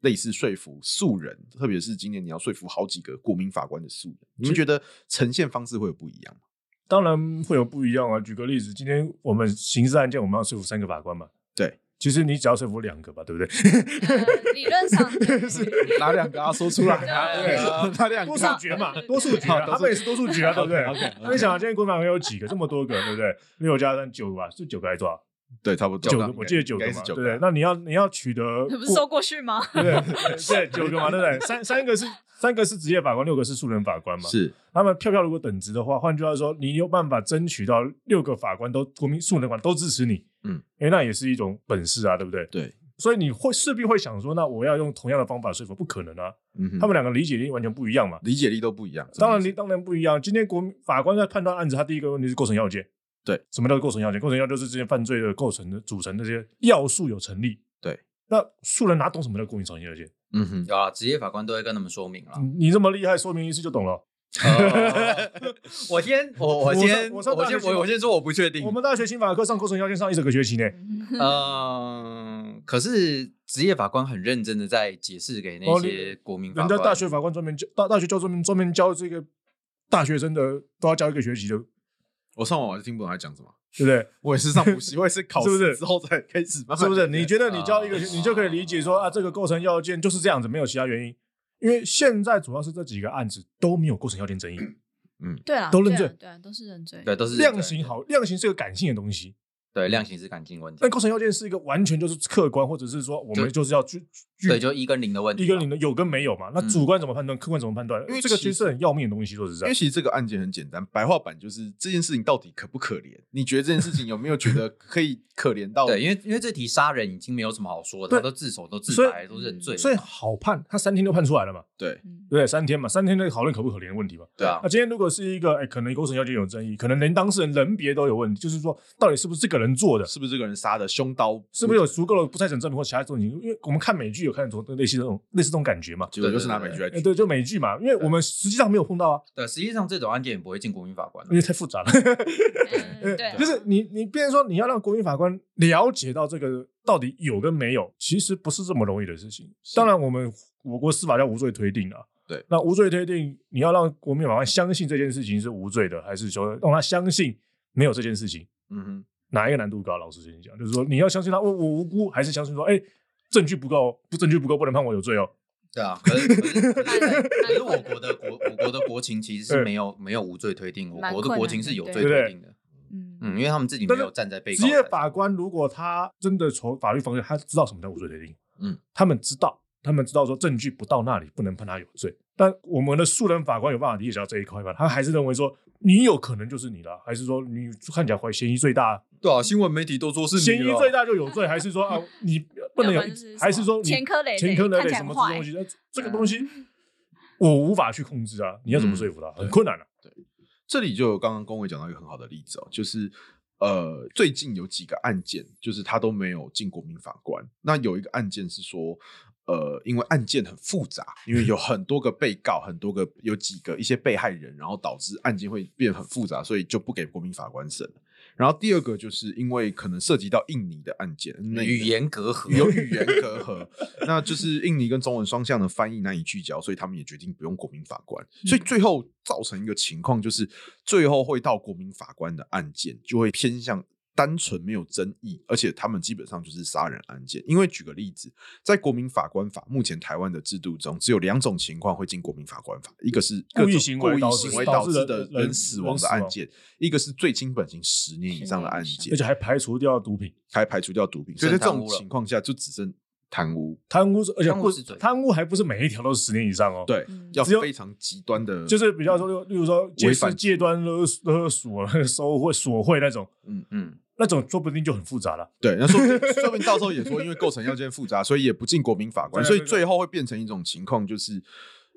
Speaker 2: 类似说服素人，特别是今年你要说服好几个国民法官的素人，你们觉得呈现方式会有不一样吗？
Speaker 1: 当然会有不一样啊。举个例子，今天我们刑事案件，我们要说服三个法官嘛。
Speaker 2: 对，
Speaker 1: 其实你只要说服两个吧，对不对？
Speaker 4: 呃理
Speaker 1: *laughs*
Speaker 4: 论上
Speaker 2: 哪两个啊？说出来啊！
Speaker 4: 对
Speaker 2: 对 *laughs* 哪两
Speaker 1: *laughs*
Speaker 2: 个
Speaker 1: 多
Speaker 2: 啊？
Speaker 1: 数决嘛，多数决
Speaker 2: 好
Speaker 1: 啊，
Speaker 2: 多数
Speaker 1: 他们也是多数决啊，对不对
Speaker 2: OK，OK，OK？
Speaker 1: 那你想啊，今天国民党有几个？这么多个，对不对？六加三九吧，是九个还是多少？
Speaker 2: 对，差不多
Speaker 1: 九个，我记得九个
Speaker 2: 应该
Speaker 1: 嘛，对
Speaker 2: 是九
Speaker 1: 不
Speaker 2: 个啊
Speaker 1: 对？那你要你要取得
Speaker 4: *laughs* 不是
Speaker 1: 过
Speaker 4: 说过去吗？
Speaker 1: 对
Speaker 4: *laughs*
Speaker 1: 对对，九个嘛，对不对？三三个是三个是职业法官，六个是素人法官嘛。
Speaker 2: 是
Speaker 1: 他们票票如果等值的话，换句话说，你有办法争取到六个法官都国民素人法官都支持你，
Speaker 2: 嗯，
Speaker 1: 哎，那也是一种本事啊，对不对？
Speaker 2: 对，
Speaker 1: 所以你会势必会想说，那我要用同样的方法说服，不可能啊！
Speaker 2: 嗯哼，
Speaker 1: 他们两个理解力完全不一样嘛。
Speaker 2: 理解力都不一样。
Speaker 1: 当然，你当然不一样。今天国民法官在判断案子，他第一个问题是构成要件。
Speaker 2: 对，
Speaker 1: 什么叫做构成要件？构成要件就是这些犯罪的构成的组成的这些要素有成立。
Speaker 2: 对，
Speaker 1: 那素人哪懂什么叫构成要件？
Speaker 2: 嗯哼，
Speaker 3: 有啊，职业法官都会跟他们说明了。
Speaker 1: 你你这么厉害，说明一次就懂了。
Speaker 3: 呃 *laughs* 我先，我我
Speaker 1: 我
Speaker 3: 先，
Speaker 1: 上
Speaker 3: 我
Speaker 1: 嗯我上大学
Speaker 3: 先，
Speaker 1: 去
Speaker 3: 我我先说，我不确定
Speaker 1: 我。们大学刑法课上构成要件上一整个学期呢。
Speaker 3: 嗯，可是职业法官很认真的在解释给那
Speaker 1: 哦
Speaker 3: 些国民嗯法
Speaker 1: 人
Speaker 3: 官，
Speaker 1: 家大学法官专门教大大学教专门专门教这个大学生的，都要教一个学期的，
Speaker 2: 我上网我就听不懂他讲什么。
Speaker 1: 对不对？
Speaker 2: 我也是上 *laughs* 补习，我也是考
Speaker 1: 是不
Speaker 2: 试
Speaker 1: 是
Speaker 2: 之后才开始慢慢 *laughs*
Speaker 1: 是不是？你觉得你教一个，
Speaker 3: 啊
Speaker 1: 你就可以理解说啊，这个构成要件就是这样子，没有其他原因。因为现在主要是这几个案子都没有构成要件争议，
Speaker 4: 对啊，
Speaker 1: 都认
Speaker 4: 对啊
Speaker 1: 罪
Speaker 4: 对啊，都是认罪。
Speaker 3: 对都是
Speaker 1: 量刑，好，量刑是个感性的东西，
Speaker 3: 对量刑是感情问题
Speaker 1: 但，构成要件是一个完全就是客观，或者是说我们就是要去去
Speaker 3: 对，就一跟零的问题嘛，
Speaker 1: 一跟零的有跟没有嘛？那
Speaker 3: 嗯
Speaker 1: 主观怎么判断，客观怎么判断？
Speaker 2: 因为
Speaker 1: 这个
Speaker 2: 其实
Speaker 1: 其实是很要命的东西，说实
Speaker 2: 因
Speaker 1: 在
Speaker 2: 为。其实这个案件很简单，白话版就是这件事情到底可不可怜？你觉得这件事情有没有觉得可以可怜到？
Speaker 3: 对，因为因为这题杀人已经没有什么好说的，
Speaker 1: 对
Speaker 3: 他都自首都自
Speaker 1: 所以
Speaker 3: 白都认罪了，
Speaker 1: 所以好判，他三天就判出来了嘛，
Speaker 2: 对
Speaker 4: 嗯
Speaker 1: 对不对？三天嘛，三天那个讨论可不可怜的问题嘛。
Speaker 3: 对啊
Speaker 1: 那，今天如果是一个，哎，可能构成要件有争议，可能连当事人人别都有问题，就是说到底是不是这个人做的，
Speaker 2: 是不是这个人杀的？凶刀
Speaker 1: 是不是有足够的不在场证明或其他证据？因为我们看美剧有看这种类似这种类似这种感觉嘛。
Speaker 2: 结果就是拿美剧来
Speaker 1: 哎，
Speaker 2: 举
Speaker 1: 对，就美剧嘛，因为我们实际上没有碰到啊，
Speaker 3: 对，实际上这种案件也不会进国民法官
Speaker 1: 因
Speaker 3: 的，
Speaker 1: 为太复杂了。
Speaker 4: 嗯对啊，
Speaker 1: 哎就是你你变成说你要让国民法官了解到这个到底有跟没有，其实不是这么容易的事情。当然，我们我国司法叫无罪推定啊。
Speaker 2: 对，
Speaker 1: 那无罪推定，你要让国民法官相信这件事情是无罪的，还是说让他相信没有这件事情？
Speaker 2: 嗯哼，
Speaker 1: 哪一个难度高？老实跟你讲，就是说你要相信他，我我无辜，还是相信说，哎、证据不够，不证据不够，不能判我有罪哦。
Speaker 3: 对啊，可是可
Speaker 4: *laughs*
Speaker 3: 是可是
Speaker 4: 蛮
Speaker 3: 可是我国的国我国的国情其实是
Speaker 1: 对
Speaker 3: 没有没有无罪推定，我
Speaker 4: 蛮
Speaker 3: 国的
Speaker 4: 困
Speaker 3: 国
Speaker 4: 难
Speaker 3: 情
Speaker 4: 的
Speaker 3: 是有
Speaker 4: 对
Speaker 3: 罪
Speaker 1: 对不
Speaker 3: 推
Speaker 1: 对
Speaker 3: 定的，
Speaker 4: 嗯，
Speaker 3: 嗯，因为他们自己没
Speaker 1: 但是
Speaker 3: 有站在被告
Speaker 1: 职业
Speaker 3: 的
Speaker 1: 法官如果他真的从法律方面，他知道什么叫无罪推定，
Speaker 2: 嗯，
Speaker 1: 他们知道，他们知道说证据不到那里不能判他有罪，但我们的素人法官有办法理解到这一块吗？他还是认为说你有可能就是你了，还是说你看起来怀嫌疑最大，
Speaker 3: 对啊，新闻媒体都说是
Speaker 1: 嫌疑最大就有罪，还是说
Speaker 3: *laughs*
Speaker 1: 啊你不能有
Speaker 4: 要然就是什，么
Speaker 1: 还是说你
Speaker 4: 前科累累
Speaker 1: 前科累
Speaker 4: 看
Speaker 1: 累
Speaker 4: 起来
Speaker 1: 什么这
Speaker 4: 很嗯
Speaker 1: 东西，那这个东西
Speaker 4: *laughs*
Speaker 1: 我无法去控制啊，你
Speaker 3: 嗯
Speaker 1: 要怎么说服他，很困难的。啊
Speaker 2: 这里就有刚刚龚伟讲到一个很好的例子哦，就是呃，最近有几个案件，就是他都没有进国民法官。那有一个案件是说，呃，因为案件很复杂，因为有很多个被告，很多个有几个一些被害人，然后导致案件会变得很复杂，所以就不给国民法官审。然后第二个就是因为可能涉及到印尼的案件，那个
Speaker 3: 语言隔阂，
Speaker 2: 有语言隔阂，那就是印尼跟中文双向的翻译难以聚焦，所以他们也决定不用国民法官，
Speaker 1: 嗯
Speaker 2: 所以最后造成一个情况就是，最后会到国民法官的案件就会偏向。单纯没有争议，而且他们基本上就是杀人案件。因为举个例子，在国民法官法目前台湾的制度中，只有两种情况会进国民法官法，一个是各
Speaker 1: 故意
Speaker 2: 种
Speaker 1: 行
Speaker 2: 故
Speaker 1: 为
Speaker 2: 意
Speaker 1: 导致
Speaker 2: 行为
Speaker 1: 导
Speaker 2: 导
Speaker 1: 致
Speaker 2: 致
Speaker 1: 的
Speaker 2: 的
Speaker 1: 人
Speaker 2: 人死亡
Speaker 1: 人死
Speaker 2: 的案
Speaker 1: 亡
Speaker 2: 件，一个是最轻本刑十年以
Speaker 4: 十
Speaker 2: 上的
Speaker 4: 年以
Speaker 2: 案
Speaker 4: 上
Speaker 2: 件
Speaker 1: 而。且还排除掉毒品、
Speaker 2: 还排除掉毒品，所以在
Speaker 3: 剩
Speaker 2: 这
Speaker 3: 贪
Speaker 2: 种
Speaker 3: 污了
Speaker 2: 情况下，就只剩贪污。
Speaker 1: 贪污，而且
Speaker 3: 贪污是罪
Speaker 1: 贪污还不是每一条都是十年以上哦。，
Speaker 2: 对
Speaker 4: 嗯，
Speaker 2: 要
Speaker 1: 只有
Speaker 2: 非常极端的，
Speaker 1: 就是比较说，例如说借
Speaker 2: 嗯违反
Speaker 1: 势借端勒勒索、 *laughs* 收贿、索贿那种，
Speaker 3: 嗯，
Speaker 1: 那种说不定就很复杂了。
Speaker 2: 对。那说不定 *laughs* 说不定到时候也说，因为构成要件复杂，所以也不进国民法官，
Speaker 1: 对
Speaker 2: 所以
Speaker 1: 对对
Speaker 2: 最后会变成一种情况，就是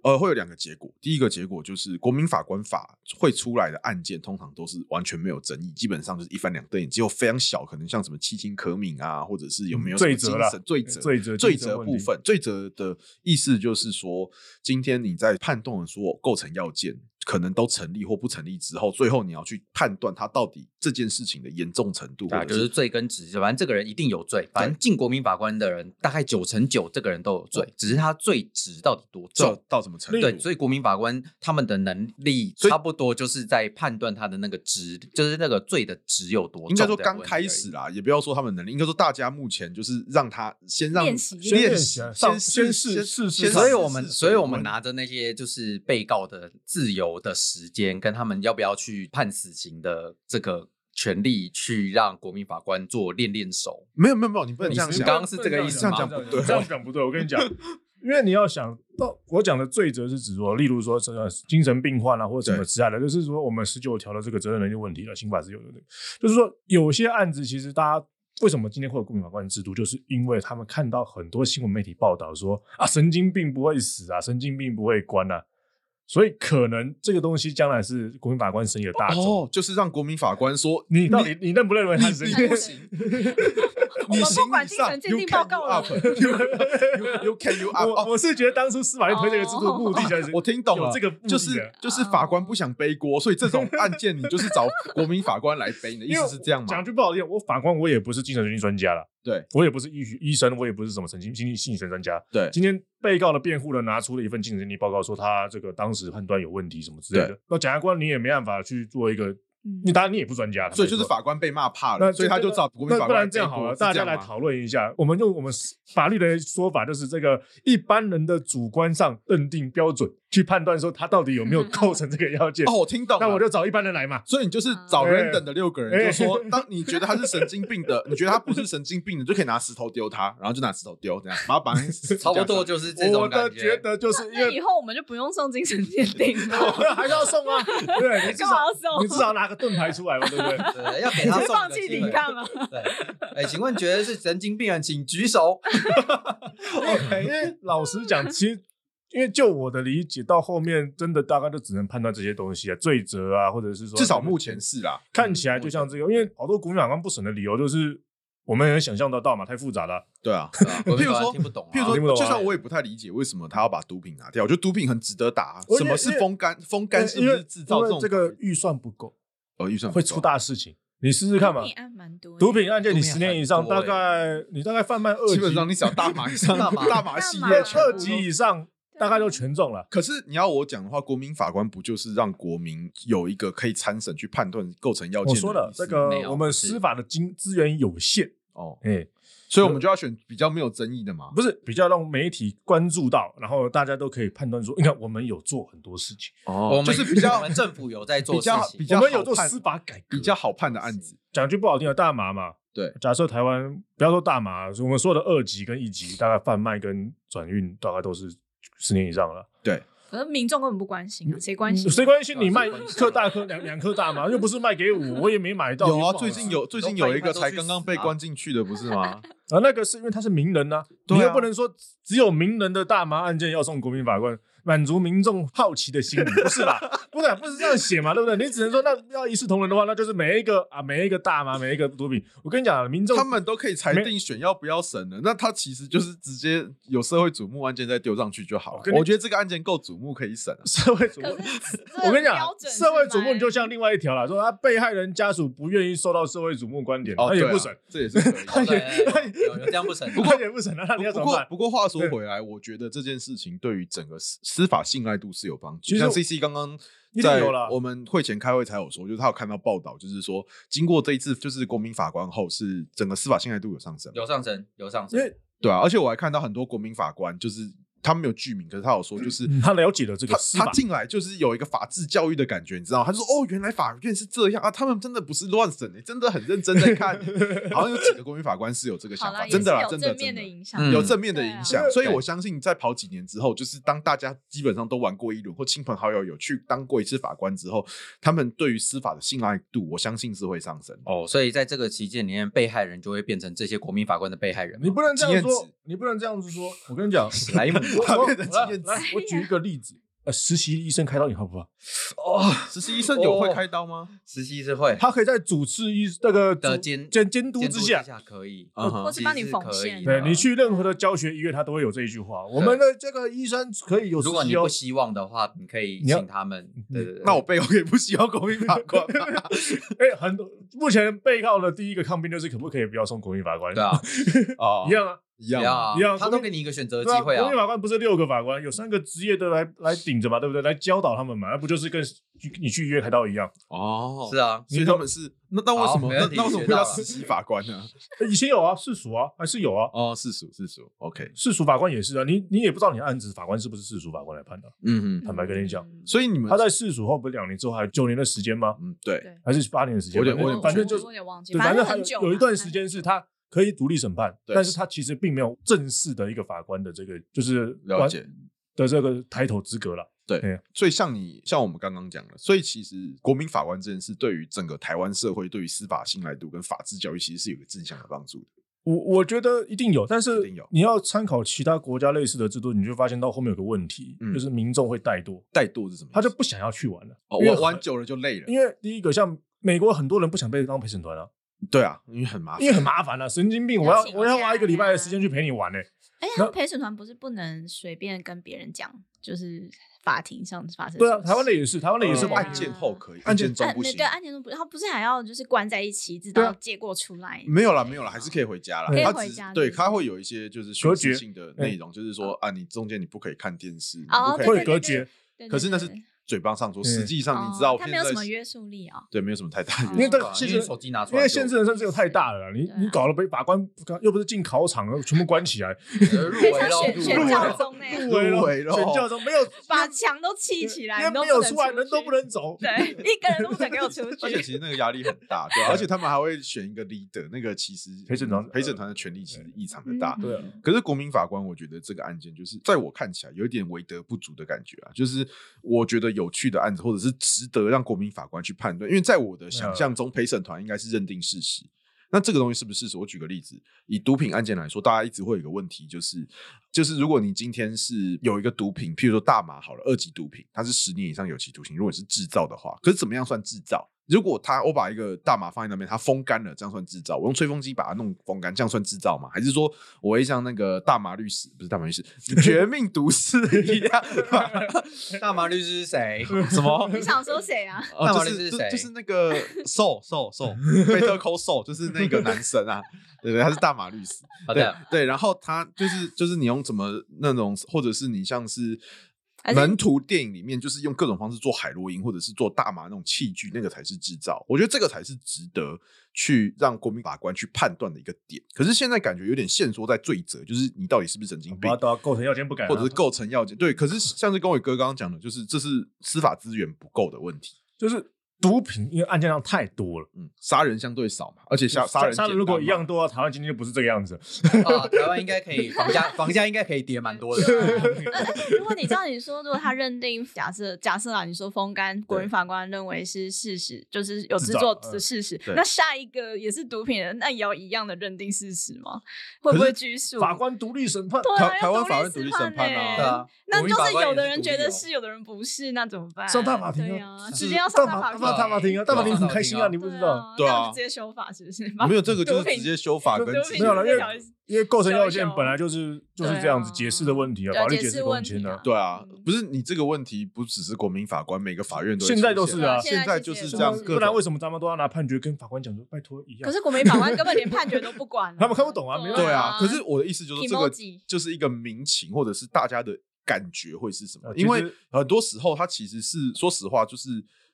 Speaker 2: 呃，会有两个结果。第一个结果就是国民法官法会出来的案件，通常都是完全没有争议，基本上就是一翻两瞪眼，只有非常小，可能像什么欺轻可悯啊，或者是有没有什么
Speaker 1: 嗯罪
Speaker 2: 精
Speaker 1: 责啦
Speaker 2: 神罪责
Speaker 1: 罪责
Speaker 2: 罪
Speaker 1: 精神
Speaker 2: 责
Speaker 1: 问
Speaker 2: 部
Speaker 1: 题
Speaker 2: 分，罪责的意思就是说，今天你在判断说构成要件可能都成立或不成立之后，最后你要去判断他到底这件事情的严重程度，
Speaker 3: 啊，
Speaker 2: 或者
Speaker 3: 就是罪跟职，反正这个人一定有罪。反正进国民法官的人，大概九成九这个人都有罪，只是他罪值到底多
Speaker 2: 到
Speaker 3: 重。
Speaker 2: 到什么程
Speaker 1: 例
Speaker 2: 度
Speaker 1: 如。
Speaker 3: 对，所以国民法官他们的能力
Speaker 2: 所以
Speaker 3: 差不多，就是在判断他的那个值，就是那个罪的值有多重。
Speaker 2: 应该说刚开始，啦，也不要说他们能力，应该说大家目前就是让他先让
Speaker 4: 练习
Speaker 2: 先练
Speaker 1: 先练习
Speaker 2: 先
Speaker 1: 上
Speaker 2: 试
Speaker 1: 先试试试
Speaker 2: 先
Speaker 1: 看
Speaker 3: 所以
Speaker 2: 试
Speaker 3: 我们，
Speaker 2: 试
Speaker 3: 所以我们
Speaker 2: 水温
Speaker 3: 拿着那些就是被告的自由的时间，跟他们要不要去判死刑的这个权利，去让国民法官做练练手。
Speaker 2: 没有没有没有，你不能
Speaker 3: 你
Speaker 2: 这样
Speaker 3: 是
Speaker 2: 想，
Speaker 3: 刚刚是这个意思
Speaker 1: 这
Speaker 3: 吗
Speaker 1: 样讲不对，这样讲不对。我跟你讲，因为你要想到我讲的罪责是指说，例如说这个精神病患啊，或者什么
Speaker 2: 对
Speaker 1: 之类的，就是说我们十九条的这个责任能力问题了，刑法十九的这个，就是说有些案子其实大家。为什么今天会有公民法官制度？就是因为他们看到很多新闻媒体报道说啊，神经病不会死啊，神经病不会关啊，所以可能这个东西将来是国民法官审理的大宗。
Speaker 2: 哦，就是让国民法官说
Speaker 1: 你到底你认不认为他是神经
Speaker 2: 你
Speaker 1: 病？
Speaker 2: 不行，
Speaker 4: 我
Speaker 2: 你
Speaker 4: 们
Speaker 2: 行
Speaker 4: 不管
Speaker 2: 你
Speaker 4: 精
Speaker 2: 上
Speaker 4: 神鉴定报告了
Speaker 2: you can you up，you- you can you up
Speaker 1: 我
Speaker 2: 哦。啊
Speaker 1: 我是觉得当初司马懿推这个制度目的就是、
Speaker 2: 我听懂了，
Speaker 1: 有这个目的
Speaker 2: 就
Speaker 1: 的
Speaker 2: 是就是法官不想背锅，所以这种案件你就是找国民法官来背，你的意
Speaker 1: 因为
Speaker 2: 思是这样吗
Speaker 1: 讲？句不好听，我法官我也不是精神神经专家啦，
Speaker 2: 对
Speaker 1: 我也不是医学医生，我也不是什么神经心理心理学专家。
Speaker 2: 对
Speaker 1: 今天被告的辩护人拿出了一份精神病报告，说他这个当时判断有问题什么之类
Speaker 2: 对
Speaker 1: 的。那检察官你也没办法去做一个，
Speaker 4: 嗯
Speaker 1: 你当然你也不专家，
Speaker 2: 所以就
Speaker 1: 没
Speaker 2: 是
Speaker 1: 错。
Speaker 2: 法官被骂怕了，
Speaker 1: 那
Speaker 2: 所以他就找国民法
Speaker 1: 那不
Speaker 2: 官来
Speaker 1: 然
Speaker 2: 背
Speaker 1: 这
Speaker 2: 锅。
Speaker 1: 样好了，
Speaker 2: 是
Speaker 1: 大
Speaker 2: 这
Speaker 1: 家
Speaker 2: 样
Speaker 1: 来
Speaker 2: 吗
Speaker 1: 讨论一下。我们用我们法律的说法，就是这个一般人的主观上认定标准去判断说他到底有没有构成这个要件。
Speaker 2: 哦，我听懂了。
Speaker 1: 那我就找一般人来嘛。
Speaker 2: 所以你就是找
Speaker 1: 哎
Speaker 2: random 的六个人，就
Speaker 1: *laughs*
Speaker 2: 说
Speaker 1: 哎
Speaker 2: 当你觉得他是神经病的，你觉得他不是神经病的，你就可以拿石头丢他，然后就拿石头丢，这样，然
Speaker 1: *laughs*
Speaker 2: 后把他
Speaker 3: 差不多就是这
Speaker 1: 我
Speaker 3: 种
Speaker 1: 的
Speaker 3: 感
Speaker 1: 觉得就是因
Speaker 4: 那
Speaker 1: 为
Speaker 4: 以后我们就不用送精神鉴定
Speaker 3: *laughs*
Speaker 4: 了，
Speaker 1: 还是要送啊，对你至
Speaker 4: 干嘛
Speaker 1: 少
Speaker 4: 要送啊
Speaker 1: 你？至少拿个盾牌出来嘛，对不对？
Speaker 3: 对，要给
Speaker 4: 你
Speaker 3: 他
Speaker 4: 会
Speaker 3: 送
Speaker 4: 放
Speaker 3: 个
Speaker 4: 弃
Speaker 3: 机
Speaker 4: 抵
Speaker 3: 会
Speaker 4: 抗啊？
Speaker 3: 对，哎，请问觉得是神经病人，请举手。
Speaker 2: *laughs*
Speaker 1: 因为老实讲，其实因为就我的理解，到后面真的大概就只能判断这些东西啊，罪责啊，或者是说
Speaker 2: 至少目前是啦。
Speaker 1: 看起来就像这个，因为好多国民法官不审的理由就是我们也能想象得到嘛，太复杂了。
Speaker 2: 对
Speaker 1: *laughs*
Speaker 2: 啊，
Speaker 3: 对啊国民
Speaker 2: 譬如
Speaker 3: 法官
Speaker 2: 说
Speaker 3: 听不懂啊，
Speaker 2: 譬如
Speaker 1: 你听不
Speaker 2: 说，
Speaker 1: 懂啊
Speaker 2: 就算我也不太理解为什么他要把毒品拿掉，我觉得毒品很值得打啊。
Speaker 1: 我
Speaker 2: 什
Speaker 1: 也
Speaker 2: 么是风干？风干是不
Speaker 1: 因为
Speaker 2: 是制造这
Speaker 1: 因
Speaker 2: 种
Speaker 1: 为这个预算不够，
Speaker 2: 呃预算不
Speaker 1: 会
Speaker 2: 够
Speaker 1: 出？大事情。你试试看嘛
Speaker 4: 你，案蛮多的，
Speaker 1: 毒品案件
Speaker 3: 毒
Speaker 1: 你
Speaker 3: 品
Speaker 1: 十年以
Speaker 3: 很
Speaker 1: 上，
Speaker 3: 多
Speaker 1: 大概你大概贩卖二级
Speaker 2: 基本上你想大麻以上，
Speaker 3: 大麻
Speaker 2: 大麻系
Speaker 4: 大
Speaker 1: 对
Speaker 2: 列
Speaker 4: 麻
Speaker 2: 全部
Speaker 1: 二
Speaker 2: 都
Speaker 1: 级以上，大概就全中了。
Speaker 2: 可是你要我讲的话，国民法官不就是让国民有一个可以参审去判断构成要件
Speaker 1: 我
Speaker 2: 的
Speaker 1: 说
Speaker 2: 意
Speaker 1: 了，
Speaker 2: 思
Speaker 1: 这
Speaker 2: 吗
Speaker 1: 个
Speaker 3: 没有
Speaker 1: 我们
Speaker 3: 不是
Speaker 1: 司法的经资源有限，
Speaker 2: 哦，
Speaker 1: 哎、
Speaker 2: 所以我们就要选比较没有争议的嘛。
Speaker 1: 不是比较让媒体关注到，然后大家都可以判断说，你看我们有做很多事情，
Speaker 2: 哦
Speaker 3: 我们
Speaker 2: 就是比较
Speaker 3: 我们政府有在做
Speaker 2: 比
Speaker 3: 事
Speaker 2: 较比
Speaker 3: 情，
Speaker 2: 较
Speaker 1: 我们有
Speaker 2: 好
Speaker 1: 做
Speaker 2: 判
Speaker 1: 司法改革，
Speaker 2: 比较好判的案子。
Speaker 1: 讲句不好听的，大麻嘛，
Speaker 2: 对，
Speaker 1: 假设台湾不要说大麻，我们说的二级跟一级，大概贩卖跟转运大概都是十年以上了，
Speaker 4: 可是民众根本不关心啊，谁关心？
Speaker 1: 谁关心你卖
Speaker 3: 谁
Speaker 1: 一
Speaker 3: 关心
Speaker 1: 克大颗两两颗大麻，又不是卖给我，我也没买到。
Speaker 2: 有
Speaker 1: 又
Speaker 2: 啊，
Speaker 1: 不好
Speaker 2: 最近有最近有一个才刚刚被关进去啊的，不是 *laughs* 吗？
Speaker 1: 啊，那个是因为他是名人呐、
Speaker 2: 对啊
Speaker 1: 你又不能说只有名人的大麻案件要送国民法官，满足民众好奇的心理，不是啦， *laughs* 不是不是这样写嘛，对不对？你只能说那要一视同仁的话，那就是每一个啊，每一个大麻，每一个毒品，我跟你讲啊，民众
Speaker 2: 他们都可以裁定选要不要审了，那他其实就是直接有社会瞩目案件再丢上去就好了
Speaker 1: 我跟。你
Speaker 2: 我觉得这个案件够瞩目，可以审啊。
Speaker 1: 社 *laughs* 会瞩目。
Speaker 4: 可是这个
Speaker 1: 我跟你讲啊
Speaker 4: 标，准是
Speaker 1: 社会瞩目
Speaker 4: 蛮
Speaker 1: 你就像另外一条啦，说他啊被害人家属不愿意受到社会瞩目观点，
Speaker 2: 哦，
Speaker 1: 他也
Speaker 2: 对啊
Speaker 1: 不审，，
Speaker 2: 这也是 *laughs* 可以。
Speaker 3: 对有有这样不成。
Speaker 1: 不过也不审，那 *laughs* 你要
Speaker 2: 不
Speaker 1: 怎么
Speaker 2: 过
Speaker 1: 办？
Speaker 2: 不过话说回来，我觉得这件事情对于整个司司法信赖度是有帮
Speaker 1: 其
Speaker 2: 助。
Speaker 1: 实
Speaker 2: 像
Speaker 1: 我
Speaker 2: C C 刚刚
Speaker 1: 一定
Speaker 2: 在
Speaker 1: 有啦
Speaker 2: 我们会前开会才有说，就是他有看到报道，就是说经过这一次就是国民法官后，是整个司法信赖度有上升。
Speaker 3: 有上升，有上
Speaker 1: 因
Speaker 3: 升，
Speaker 1: 为
Speaker 2: 对啊，而且我还看到很多国民法官，就是他没有具名，可是他有说，就是、
Speaker 1: 嗯他了解了这个
Speaker 2: 他
Speaker 1: 司
Speaker 2: 他
Speaker 1: 法，
Speaker 2: 进来就是有一个法治教育的感觉，你知道吗？他说哦，原来法院是这样啊，他们真的不是乱审、欸，真的很认真在看、
Speaker 1: *laughs*
Speaker 2: 欸好像有几个国民法官是有这个想
Speaker 4: 好
Speaker 2: 法，
Speaker 4: 啦，
Speaker 2: 真的啦，
Speaker 4: 也是
Speaker 2: 真的
Speaker 4: 有正
Speaker 2: 真
Speaker 4: 面的
Speaker 2: 的。
Speaker 4: 影响，
Speaker 3: 嗯
Speaker 2: 有正面的影响，
Speaker 1: 对啊
Speaker 2: 所以我相信在跑几年之后，就是当大家基本上都玩过一轮，或亲朋好友有去当过一次法官之后，他们对于司法的信赖度，我相信是会上升。
Speaker 3: 哦，所以在这个期间里面，被害人就会变成这些国民法官的被害人嘛。
Speaker 1: 你不能这样
Speaker 2: 经验 *laughs*
Speaker 1: 说，你不能这样子说。我跟你讲，
Speaker 3: 莱姆，
Speaker 1: 我
Speaker 2: 他
Speaker 1: 我
Speaker 2: 变成经验
Speaker 1: 来来我举一个例子，呃，实习医生开刀你好不好？
Speaker 3: 哦，
Speaker 2: 实习医生有会开刀吗？
Speaker 3: 实习是会
Speaker 1: 他可以在主治医那个
Speaker 3: 的
Speaker 1: 主
Speaker 3: 监
Speaker 1: 监监督
Speaker 3: 监
Speaker 1: 之
Speaker 3: 督
Speaker 1: 下
Speaker 3: 之，下啊可以，
Speaker 2: 嗯哼
Speaker 4: 或是帮你
Speaker 3: 其实
Speaker 4: 缝
Speaker 3: 可
Speaker 4: 线
Speaker 3: 以
Speaker 1: 对
Speaker 3: 的
Speaker 1: 你去任何的教学医院，他都会有这一句话。我们的这个医生可以有实
Speaker 3: 如果你
Speaker 1: 习哦 *laughs*
Speaker 3: 不，希望的话，你可以
Speaker 1: 你要
Speaker 3: 请他们。对对对，
Speaker 2: *laughs* 那我背后也不需要国民法官啊吗， *laughs*
Speaker 1: 哎，很多目前被告的第一个抗辩就是可不可以不要送国民法官？
Speaker 3: 对啊，
Speaker 2: 哦
Speaker 1: 一样啊，
Speaker 2: 一样
Speaker 3: 不要啊
Speaker 1: 一样
Speaker 3: 他
Speaker 1: 国
Speaker 3: 都
Speaker 1: 民
Speaker 3: 给你一个选择
Speaker 1: 对
Speaker 3: 机会
Speaker 1: 啊，
Speaker 3: 啊
Speaker 1: 国民。法官不是六个法官，有三个职业的来来顶着嘛，对不对？来教导他们嘛，那不就是跟你去医院开刀一样？
Speaker 2: 哦
Speaker 3: 是，啊，
Speaker 2: 所以他们是那那为什
Speaker 3: 好
Speaker 2: 么
Speaker 3: 没
Speaker 2: 那
Speaker 3: 问题
Speaker 2: 那为什么
Speaker 3: 学
Speaker 2: 会
Speaker 3: 到
Speaker 2: 叫
Speaker 3: 了
Speaker 2: 实习法官呢？
Speaker 1: 呃以前有啊，世俗啊，还是有啊，
Speaker 2: 哦，世俗世俗，OK，
Speaker 1: 世俗法官也是啊，你你也不知道你的案子法官是不是世俗法官来判的。
Speaker 2: 嗯
Speaker 1: 坦白跟你讲，
Speaker 2: 所以你们
Speaker 1: 他在世俗后不是两年之后还有九年的时间吗？
Speaker 2: 嗯对
Speaker 4: 对
Speaker 1: 还是八年的时间？
Speaker 2: 我有点我有点
Speaker 1: 反正就
Speaker 4: 我
Speaker 1: 是
Speaker 4: 有点忘记，
Speaker 1: 对，反正
Speaker 4: 正
Speaker 1: 还
Speaker 4: 很久
Speaker 1: 有
Speaker 4: 嘛
Speaker 1: 有一段时间是他可以独立审判，
Speaker 2: 对
Speaker 1: 但是他其实并没有正式的一个法官的这个就是
Speaker 2: 了解
Speaker 1: 的这个抬头资格了。
Speaker 2: 对
Speaker 1: 对，
Speaker 2: 所以像你像我们刚刚讲的，所以其实国民法官这件事对于整个台湾社会对于司法信赖度跟法治教育其实是有一个正向的帮助的。
Speaker 1: 我我觉得一定有，但
Speaker 2: 一
Speaker 1: 是
Speaker 2: 定有
Speaker 1: 你要参考其他国家类似的制度，你就发现到后面有个问题，
Speaker 2: 嗯
Speaker 1: 就是民众会怠惰，
Speaker 2: 怠惰是什么意思？
Speaker 1: 他就不想要去玩了。
Speaker 2: 哦
Speaker 1: 因为
Speaker 2: 玩
Speaker 1: 很
Speaker 2: 玩久了就累了，
Speaker 1: 因为第一个像。美国很多人不想被当陪审团啊，
Speaker 2: 对啊，因为很麻烦
Speaker 1: 因为很麻烦啊，神经病！我要
Speaker 4: 要请
Speaker 1: 我要花一个礼拜的
Speaker 4: 假
Speaker 1: 时间去陪你玩呢、
Speaker 4: 哎，他们陪审团不是不能随便跟别人讲，就是法庭上发生什么
Speaker 1: 对
Speaker 4: 事。
Speaker 1: 啊，台湾的也是，台湾的也是
Speaker 4: 嗯
Speaker 1: 把
Speaker 2: 案件后可以，
Speaker 1: 哦案
Speaker 2: 案件
Speaker 1: 件
Speaker 2: 中
Speaker 4: 啊
Speaker 2: 不
Speaker 4: 那
Speaker 2: 行
Speaker 4: 对，。案件都不，他不是还要就是关在一起，直
Speaker 1: 对
Speaker 4: 到
Speaker 1: 啊
Speaker 4: 结果出来。
Speaker 2: 没有啦，没有啦，
Speaker 4: 啊
Speaker 2: 还是可以回家啦。
Speaker 1: 可以
Speaker 2: 他
Speaker 4: 回
Speaker 2: 只是
Speaker 4: 家是
Speaker 2: 对
Speaker 4: 不是
Speaker 2: 他会有一些就是
Speaker 1: 隔
Speaker 2: 学习
Speaker 1: 绝哎
Speaker 2: 性的内容，就是说啊，你中间你不可以看电视，你
Speaker 4: 哦
Speaker 2: 不可以
Speaker 4: 对
Speaker 1: 会
Speaker 4: 对
Speaker 1: 隔绝，
Speaker 4: 对。对
Speaker 2: 可是那
Speaker 4: 对
Speaker 2: 是
Speaker 4: 对
Speaker 2: 嘴巴上说，
Speaker 1: 嗯
Speaker 2: 实际上
Speaker 4: 哦
Speaker 2: 你知道
Speaker 4: 他
Speaker 2: 现
Speaker 4: 没有什么
Speaker 2: 在
Speaker 4: 约束力哦。
Speaker 2: 对没有什么太大
Speaker 4: 嗯
Speaker 2: 用
Speaker 1: 因为这
Speaker 3: 对
Speaker 1: 个
Speaker 3: 啊
Speaker 1: 现
Speaker 3: 因为
Speaker 1: 实
Speaker 3: 手机拿出
Speaker 1: 因
Speaker 3: 来就，
Speaker 1: 为限制人身自由太大了啦，你
Speaker 4: 对啊
Speaker 1: 你搞了被法官又不是进考场，又全部关起来，
Speaker 3: 呃入围
Speaker 4: *laughs* 像
Speaker 3: 喽，
Speaker 4: 选
Speaker 3: 入
Speaker 4: 选
Speaker 3: 围
Speaker 4: 教
Speaker 3: 喽。
Speaker 4: 宗呢，
Speaker 1: 入围
Speaker 2: 入
Speaker 1: 了，
Speaker 2: 围了
Speaker 1: 选教中没
Speaker 4: *laughs*
Speaker 1: 有
Speaker 4: 把墙都砌起来，
Speaker 1: 因为
Speaker 4: 你都
Speaker 1: 没
Speaker 4: 不
Speaker 1: 有
Speaker 4: 能
Speaker 1: 出来，人都
Speaker 4: 去
Speaker 1: 不。能走。
Speaker 4: 对，一 *laughs* 个人都不能给我出
Speaker 2: 而且
Speaker 4: 去。
Speaker 2: 其实那个压力很大，对啊、
Speaker 1: *laughs*
Speaker 2: 而且他们还会选一个 leader，那个其实嗯
Speaker 1: 陪审团呃
Speaker 2: 陪审团的权力其实异常的大。
Speaker 4: 嗯
Speaker 1: 对啊
Speaker 2: 可是国民法官，我觉得这个案件就是在我看起来有一点为德不足的感觉啊，就是我觉得有趣的案子，或者是值得让国民法官去判断，因为在我的
Speaker 1: 呃
Speaker 2: 想象中，陪审团应该是认定事实。那这个东西是不是事实？我举个例子，以毒品案件来说，大家一直会有一个问题，就是就是如果你今天是有一个毒品，譬如说大麻好了，二级毒品，它是十年以上有期徒刑。如果你是制造的话，可是怎么样算制造？如果他我把一个大麻放在那边，它风干了，这样算制造？我用吹风机把它弄风干，这样算制造吗？还是说我会像那个大麻律师，不是大麻律师，绝命毒师一样，
Speaker 3: 大麻律师是谁？什么？
Speaker 4: 你想说谁啊？
Speaker 2: *laughs* 哦
Speaker 3: 大
Speaker 2: 就
Speaker 3: 麻律师
Speaker 2: 就是
Speaker 3: 谁
Speaker 2: 就是那个瘦瘦瘦，贝特抠瘦，就是那个男生啊，对对，他是大马律师。
Speaker 3: *laughs* 好
Speaker 2: 对
Speaker 3: 的，
Speaker 2: 对，然后他就是就是你用怎么那种，或者是你像是
Speaker 4: 还是
Speaker 2: 门徒电影里面，就是用各种方式做海洛因，或者是做大麻那种器具，那个才是制造。我觉得这个才是值得去让国民法官去判断的一个点。可是现在感觉有点限缩在罪责，就是你到底是不是神经病
Speaker 1: 把，它构成要件不改啊，
Speaker 2: 或者是构成要件。对，可是像是跟伟哥刚刚讲的，就是这是司法资源不够的问题。
Speaker 1: 就是毒品，因为案件量太多了。
Speaker 2: 嗯，杀人相对少嘛，而且杀杀人
Speaker 1: 杀人
Speaker 2: 简
Speaker 1: 如果
Speaker 2: 单
Speaker 1: 一
Speaker 2: 嘛
Speaker 1: 样多，啊台湾今天就不是这个样子。
Speaker 3: 啊，台湾应该可以，房价房价应该可以跌蛮多的。
Speaker 4: 而且呃如果你照你说，如果他认定假设假设啊，你说风干，国民法官认为是事实，就是有制作
Speaker 1: 制造
Speaker 4: 的事实，
Speaker 2: 对
Speaker 4: 那下一个也是毒品人，那也要一样的认定事实吗？会不会拘束？
Speaker 1: 法官独立审判，
Speaker 4: 对啊
Speaker 2: 台台湾法
Speaker 4: 要
Speaker 2: 院独立审判啊
Speaker 4: 欸
Speaker 3: 对啊
Speaker 4: 那
Speaker 3: 国民
Speaker 4: 就
Speaker 3: 法
Speaker 4: 是
Speaker 3: 官
Speaker 4: 有
Speaker 3: 也
Speaker 4: 的
Speaker 3: 是
Speaker 4: 人
Speaker 3: 独
Speaker 4: 觉
Speaker 3: 立
Speaker 4: 得
Speaker 3: 哦
Speaker 4: 是，有的人不是，那怎么办？
Speaker 1: 上大法庭
Speaker 4: 对
Speaker 1: 啊
Speaker 4: 啊，
Speaker 1: 是
Speaker 4: 直接要
Speaker 1: 大
Speaker 4: 上
Speaker 1: 法
Speaker 4: 庭，
Speaker 1: 大法庭啊，大法庭很开心啊，
Speaker 3: 对啊
Speaker 1: 你不知
Speaker 4: 对啊
Speaker 1: 道，
Speaker 2: 对啊
Speaker 4: 那我们直接修法是不是？
Speaker 2: 没有这个就是
Speaker 4: 毒品
Speaker 2: 直接修法跟
Speaker 4: 毒
Speaker 2: 直
Speaker 4: 品
Speaker 2: 接
Speaker 1: 没有了因为
Speaker 4: 这条是
Speaker 1: 因为构成要件
Speaker 4: 修一修
Speaker 2: 哦
Speaker 1: 本来就是就是这样子解释的问题啊，
Speaker 4: 对啊
Speaker 1: 法律解
Speaker 4: 解
Speaker 1: 释
Speaker 4: 释
Speaker 1: 空
Speaker 4: 问题啊
Speaker 1: 间啊。
Speaker 2: 对啊
Speaker 4: 嗯，
Speaker 2: 不是你这个问题不只是国民法官，每个法院都会
Speaker 1: 现在都
Speaker 2: 出
Speaker 1: 是
Speaker 2: 现
Speaker 1: 啊
Speaker 2: 现在就是这样
Speaker 4: 现在其实也是
Speaker 2: 各
Speaker 1: 不然为
Speaker 2: 种。
Speaker 1: 什么咱们都要拿判决跟法官讲说，拜托一样？，
Speaker 4: 可是国民法官根本连判决都不管
Speaker 1: 他们看不懂啊没办法
Speaker 2: 对啊，可是我的意思就是说这个
Speaker 4: Emoji
Speaker 2: 就是一个民情，或者是大家的感觉会是什么
Speaker 1: 呃？其
Speaker 2: 因
Speaker 1: 实
Speaker 2: 为很多时候，它其实是说实话，就是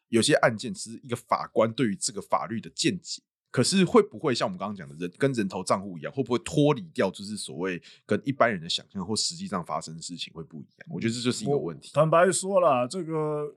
Speaker 2: 有些案件是一个法官对于这个法律的见解。可是会不会像我们刚刚讲的人跟人头账户一样，会不会脱离掉就是所谓跟一般人的想象或实际上发生的事情会不一样？我觉得这就是一个问题。
Speaker 1: 坦白说了，这个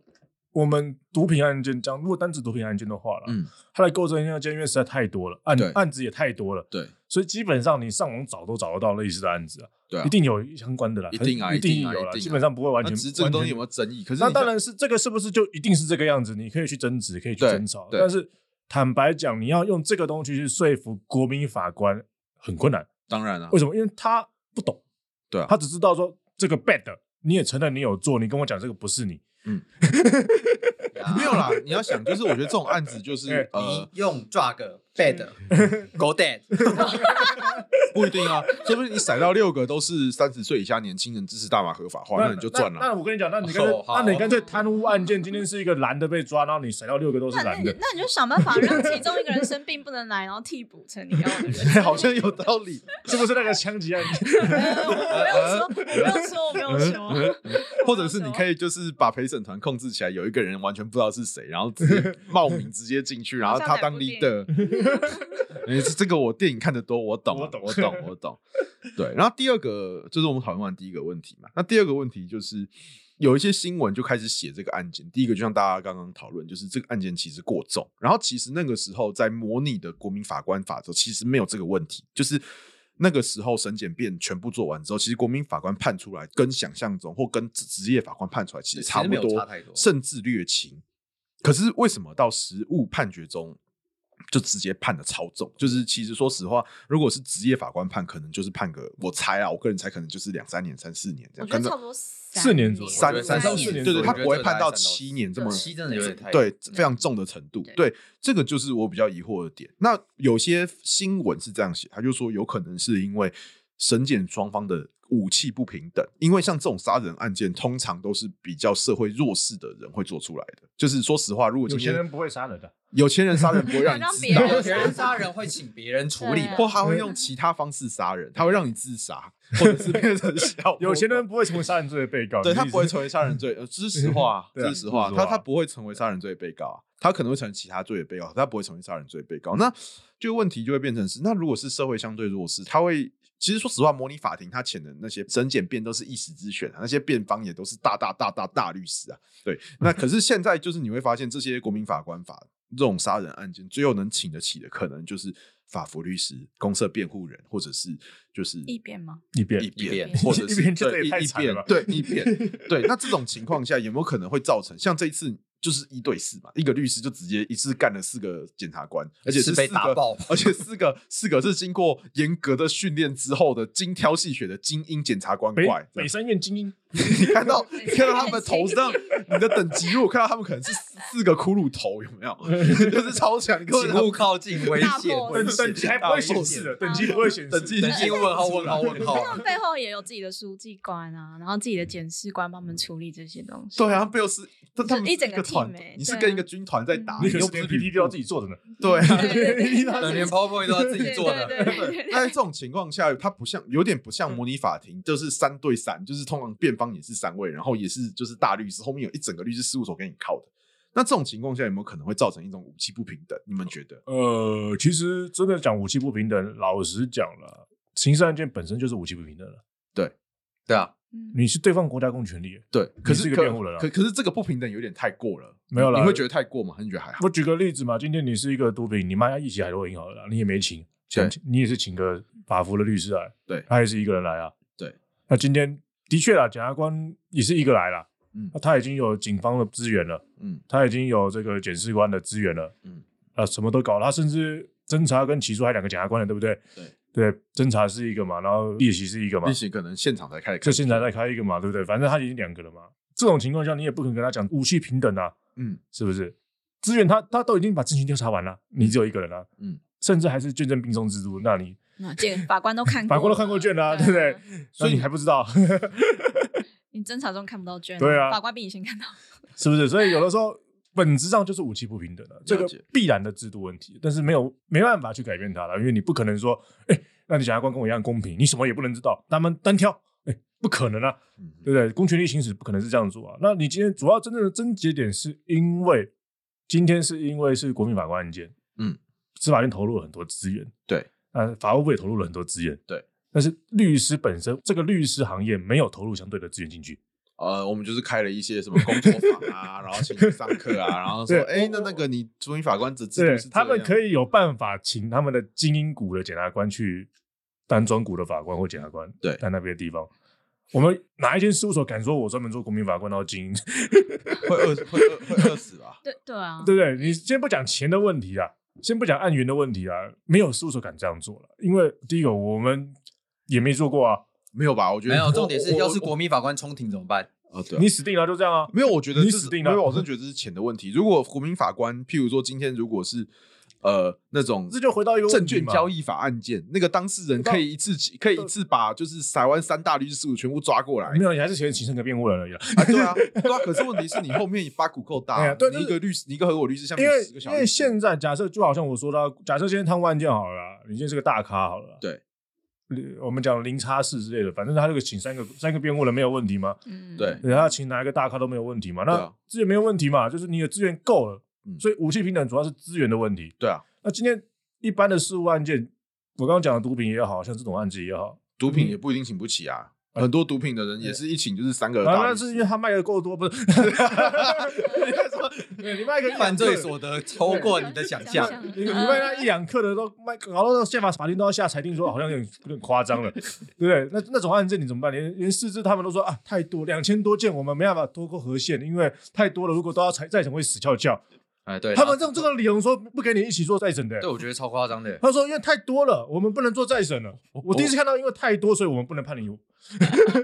Speaker 1: 我们毒品案件讲，如果单指毒品案件的话了，
Speaker 2: 嗯，
Speaker 1: 它的构成要件因为实在太多了，案
Speaker 2: 对
Speaker 1: 案子也太多了，
Speaker 2: 对
Speaker 1: 所以基本上你上网找都找得到类似的案子啊，
Speaker 2: 对啊
Speaker 1: 一，定有相关的啦，
Speaker 2: 一定啊
Speaker 1: 很一
Speaker 2: 一定啊
Speaker 1: 有啦，
Speaker 2: 一定啊
Speaker 1: 基本上不会完
Speaker 2: 那
Speaker 1: 全。
Speaker 2: 只是这个东西有没有
Speaker 1: 完
Speaker 2: 争议？可
Speaker 1: 全
Speaker 2: 是
Speaker 1: 那
Speaker 2: 你看
Speaker 1: 当然是这个是不是就一定是这个样子？你可以去争执，可以去
Speaker 2: 对
Speaker 1: 争吵，
Speaker 2: 对
Speaker 1: 但是坦白讲，你要用这个东西去说服国民法官很困难。
Speaker 2: 当然啊
Speaker 1: 为，什么？因为他不懂，
Speaker 2: 对啊
Speaker 1: 他只知道说这个 bad 你也承认你有做，你跟我讲这个不是你，
Speaker 2: *laughs* 没有啦，你要想，就是我觉得这种案子就
Speaker 1: 哎
Speaker 2: 是呃
Speaker 3: 啊你用 drug bad go dead，
Speaker 2: 不一定啊，说不定你甩到六个都是三十岁以下年轻人支持大麻合法化，那你就赚
Speaker 1: 那
Speaker 2: 了。
Speaker 1: 那我跟你讲，那你干脆
Speaker 3: 哦好
Speaker 1: 那你干脆贪污案件，今天是一个蓝的被抓，然后你甩到六个都是
Speaker 4: 那那
Speaker 1: 蓝
Speaker 4: 你
Speaker 2: *laughs*
Speaker 1: 的，
Speaker 4: 那你就想办法让其中一个人生病不能来，然后替补成你要的
Speaker 2: *laughs*
Speaker 4: 人。
Speaker 2: 好像有道
Speaker 1: *laughs*
Speaker 2: 理，
Speaker 1: 是不是那个枪击案件？
Speaker 4: 我没有说，我没有说，我没有说。
Speaker 2: 或者是你可以就是把陪审团控制起来，有一个人完全不知道是谁，然后直接冒名直接进去，然后他当 leader。哎，这这个我电影看的多，我懂，
Speaker 1: 我懂
Speaker 2: 我懂，我懂。对，然后第二个就是我们讨论完第一个问题嘛，那第二个问题就是有一些新闻就开始写这个案件。第一个就像大家刚刚讨论，就是这个案件其实过重，然后其实那个时候在模拟的国民法官法则其实没有这个问题，就是。那个时候审检辩全部做完之后，其实国民法官判出来跟想象中或跟职职业法官判出来其实
Speaker 3: 其实
Speaker 2: 差不
Speaker 3: 没有
Speaker 2: 多，
Speaker 3: 差太多
Speaker 2: 甚至略轻。可是为什么到实务判决中就直接判的超重？就是其实说实话，如果是职业法官判，可能就是判个我猜啊，我个人猜可能就是两三年、三四年这样，
Speaker 4: 我觉
Speaker 2: 可
Speaker 4: 得差
Speaker 2: 能
Speaker 4: 不多三
Speaker 1: 四年左右
Speaker 2: 三
Speaker 1: 我觉得
Speaker 2: 三
Speaker 1: 到
Speaker 2: 四
Speaker 1: 四年
Speaker 2: 对对，
Speaker 1: 左右
Speaker 2: 他
Speaker 1: 我觉
Speaker 2: 不会判到七年这么
Speaker 3: 七，真的有点太
Speaker 2: 对非
Speaker 4: 嗯
Speaker 2: 常重的程度。对，这个就是我比较疑惑的点。那有些新闻是这样写，他就说有可能是因为审检双方的武器不平等，因为像这种杀人案件，通常都是比较社会弱势的人会做出来的。就是说实话，如果今
Speaker 1: 有
Speaker 2: 天
Speaker 1: 钱人不会杀人的，
Speaker 2: 有钱人杀人不会让你
Speaker 4: 让
Speaker 2: 知
Speaker 4: 别
Speaker 2: 道，
Speaker 3: *laughs* 有些人杀人会请别人处理
Speaker 4: 对啊
Speaker 2: 或他会用其他方式杀人，他会让你自杀，或者是变成
Speaker 3: *laughs*
Speaker 2: 小
Speaker 1: *laughs* 有钱人不会成为杀人罪的被告，
Speaker 2: *laughs* 对
Speaker 1: 你的
Speaker 2: 他
Speaker 1: 意思，
Speaker 2: 不会成为杀人罪，呃，这是实话
Speaker 1: *laughs* 对啊
Speaker 2: 这是实话
Speaker 1: 这，是实
Speaker 2: 他
Speaker 1: 话
Speaker 2: 他不会成为杀人罪被告啊，他可能会成为其他罪的被告，他不会成为杀人罪被告。那就问题就会变成是，那如果是社会相对弱势，他会其实说实话，模拟法庭他请的那些审检辩都是一时之选啊，那些辩方也都是大大大大大律师啊，对。
Speaker 1: *laughs*
Speaker 2: 那可是现在就是你会发现，这些国民法官法这种杀人案件，最后能请得起的，可能就是法服律师、公社辩护人，或者是就是
Speaker 4: 一边吗？
Speaker 1: 一遍
Speaker 2: 一
Speaker 3: 一
Speaker 2: 遍，
Speaker 3: 遍
Speaker 2: 或者是
Speaker 1: 一遍这
Speaker 2: 对
Speaker 1: 也太
Speaker 2: 一
Speaker 1: 惨了吧
Speaker 2: 遍，对一遍，对。那这种情况下，有没有可能会造成像这一次就是一对四嘛？一个律师就直接一次干了四个检察官，而且
Speaker 3: 是
Speaker 2: 是
Speaker 3: 被
Speaker 2: 四
Speaker 3: 打
Speaker 2: 个
Speaker 3: 爆
Speaker 2: 而且四个四个是经过严格的训练之后的精挑细选的精英检察官
Speaker 1: 北
Speaker 2: 怪。
Speaker 1: 北山院精
Speaker 2: *laughs*
Speaker 1: 英，
Speaker 2: 你看到你看到他们头上，你的等级如果看到他们可能是四四个骷髅头，有没有？ *laughs* 就是超强，你根本
Speaker 3: 请勿靠近，危 *laughs*
Speaker 4: 大
Speaker 3: 险，
Speaker 4: 破
Speaker 3: 危
Speaker 1: 等
Speaker 3: 险
Speaker 1: 等级还不会显示的，等级不会显示，
Speaker 2: 啊等级
Speaker 3: 等级问号问号问号， *laughs*
Speaker 4: 他们背后也有自己的书记官啊，然后自己的检视官帮他们处理这些东西。
Speaker 2: 对啊，，背后是他他们
Speaker 4: 一整
Speaker 2: 是
Speaker 4: 个
Speaker 2: 团
Speaker 4: team 欸，
Speaker 2: 你是
Speaker 4: 对啊
Speaker 2: 跟一个军团在打，
Speaker 1: 你可
Speaker 2: 又
Speaker 1: 嗯是
Speaker 2: 不
Speaker 1: 连
Speaker 2: 是
Speaker 1: PPT 都要自己做的呢。
Speaker 2: 对啊，
Speaker 4: 对对对对
Speaker 3: 等连 PowerPoint 都要自己做
Speaker 4: 对
Speaker 3: 的，
Speaker 4: 对
Speaker 3: *laughs*
Speaker 4: 对对
Speaker 2: 那在这种情况下，它不像，有点不
Speaker 3: 嗯
Speaker 2: 像模拟法庭，就是三对三，就是通常辩方也是三位，然后也是就是大律师，后面有一整个律师事务所给你靠的。那这种情况下，有没有可能会造成一种武器不平等？你们觉得？
Speaker 1: 呃，其实真的讲武器不平等，老实讲了，刑事案件本身就是武器不平等了。
Speaker 3: 对啊，
Speaker 4: 嗯
Speaker 1: 你是对方国家公权力。
Speaker 2: 对，可
Speaker 1: 你是
Speaker 2: 是
Speaker 1: 一个
Speaker 2: 可
Speaker 1: 辩护人啊
Speaker 2: 可可是这个不平等有点太过了，
Speaker 1: 没有啦
Speaker 2: 你会觉得太过吗？还是你觉得还好？
Speaker 1: 我举个例子嘛，今天你是一个毒品，你卖一起海洛因好了啦，你也没请，
Speaker 2: 对
Speaker 1: 请你也是请个法服的律师来，
Speaker 2: 对
Speaker 1: 他也是一个人来啊。
Speaker 2: 对，
Speaker 1: 那今天的确啦，检察官也是一个来啦，
Speaker 2: 嗯
Speaker 1: 那他已经有警方的资源了，
Speaker 2: 嗯
Speaker 1: 他已经有这个检视官的资源了，
Speaker 2: 嗯，
Speaker 1: 啊，什么都搞了，他甚至侦查跟起诉还两个检察官了，对不对？对，侦查是一个嘛，然后列席是一个嘛
Speaker 2: 例，行可能现场才开始，
Speaker 1: 就现在再开一个嘛，对不对？反正他已经两个了嘛，这种情况下你也不可能跟他讲武器平等啊，
Speaker 2: 嗯
Speaker 1: 是不是？资源他他都已经把事情调查完了，你只有一个人啊，
Speaker 2: 嗯，
Speaker 1: 甚至还是卷证并送制度，那你
Speaker 4: 那检法官都看过，
Speaker 1: 法官都看过卷啊啦、对不对？？所以你还不知道， *laughs*
Speaker 4: 你侦查中看不到卷，
Speaker 1: 对啊
Speaker 4: 法官比你先看到。
Speaker 1: 是不是？所以有的时候本质上就是武器不平等啊了，这个
Speaker 2: 解
Speaker 1: 必然的制度问题，但是没有没办法去改变它了，因为你不可能说，哎、那你检察官跟我一样公平，你什么也不能知道，他们单挑，哎、不可能啊，
Speaker 2: 嗯
Speaker 1: 对不对？公权力行使不可能是这样做啊。那你今天主要真正的症结点是因为今天是因为是国民法官案件，
Speaker 2: 嗯，
Speaker 1: 司法院投入了很多资源，
Speaker 2: 对，
Speaker 1: 呃，法务部也投入了很多资源，
Speaker 2: 对。
Speaker 1: 但是律师本身，这个律师行业没有投入相对的资源进去，
Speaker 2: 呃，我们就是开了一些什么工作坊啊，然后请你上课啊，然后说，
Speaker 1: 对
Speaker 2: 哎、那那个你主民法官的制
Speaker 1: 对
Speaker 2: 度是
Speaker 1: 他们
Speaker 2: 以
Speaker 1: 可以有办法请他们的精英股的检察官去单庄股的法官或检察官，
Speaker 2: 对
Speaker 1: 在那边的地方。我们哪一间事务所敢说我专门做国民法官然后精英，
Speaker 2: 会饿会饿会饿死吧？
Speaker 4: 对对啊，
Speaker 1: 对不对？你先不讲钱的问题啊，先不讲案源的问题啊，没有事务所敢这样做了，因为第一个我们也没做过啊，
Speaker 2: 没有吧？我觉得
Speaker 3: 没有，重点是，
Speaker 2: 我
Speaker 3: 要是国民法官冲庭怎么办？
Speaker 2: 啊，对啊
Speaker 1: 你死定了，就这样啊。
Speaker 2: 没有，我觉得
Speaker 1: 你
Speaker 2: 这
Speaker 1: 死
Speaker 2: 是
Speaker 1: 定
Speaker 2: 没
Speaker 1: 了
Speaker 2: 有，我真的觉得这是钱的问题。如果国民法官，譬如说今天如果是呃那种
Speaker 1: 这就回到一个问题
Speaker 2: 证券
Speaker 1: 嘛
Speaker 2: 交易法案件，那个当事人可以一次起可以一次把就是台湾三大律师事务全部抓过来
Speaker 1: 没有，你还是请请成个辩护人而已啦。
Speaker 2: 啊，对
Speaker 1: *laughs*
Speaker 2: 啊，对啊。可是问题是你后面把股够大
Speaker 1: 哎
Speaker 2: 啊，
Speaker 1: 呀对
Speaker 2: 你一
Speaker 1: 就是
Speaker 2: 个律师，你一个合伙律师下面
Speaker 1: 因为
Speaker 2: 十个小
Speaker 1: 因
Speaker 2: 律师
Speaker 1: 为现在假设就好像我说的啊，假设今天贪污案件好了啦，你今天是个大咖好了啦，
Speaker 2: 对
Speaker 1: 呃，我们讲零差事之类的，反正他这个请三个三个辩护人没有问题吗？
Speaker 4: 嗯，
Speaker 2: 对
Speaker 1: 对他请哪一个大咖都没有问题嘛？
Speaker 2: 对
Speaker 1: 那
Speaker 2: 啊
Speaker 1: 资源没有问题嘛？就是你的资源够了
Speaker 2: 嗯，
Speaker 1: 所以武器平等主要是资源的问题。
Speaker 2: 对啊，
Speaker 1: 那今天一般的事务案件，我刚刚讲的毒品也好像这种案子也好，
Speaker 2: 毒品也不一定请不起啊。
Speaker 1: 嗯
Speaker 2: 很多毒品的人也是一请就是三个
Speaker 1: 啊，
Speaker 2: 大
Speaker 1: 那
Speaker 2: 律
Speaker 1: 是
Speaker 2: 师
Speaker 1: 因为他卖的够多，不
Speaker 3: *laughs*
Speaker 1: 是？对你卖个一两
Speaker 3: 犯罪
Speaker 1: 克
Speaker 3: 所得超过你的想
Speaker 4: 想
Speaker 3: 象
Speaker 4: 象，
Speaker 1: 你你卖那一两克的都卖，搞到宪法法庭都要下裁定说好像有点有点夸张了，对不对？那那种案件你怎么办？连连四肢他们都说啊太多，两千多件我们没办法多过和限，因为太多了，如果都要裁再审会死翘翘。
Speaker 3: 哎，对，
Speaker 1: 他们用这个理由说不给你一起做再审的、
Speaker 3: 对我觉得超夸张 *laughs* 的。
Speaker 1: 他说因为太多了，我们不能做再审了。
Speaker 3: 哦
Speaker 1: 我第一次看到因为太多，所以我们不能判你有，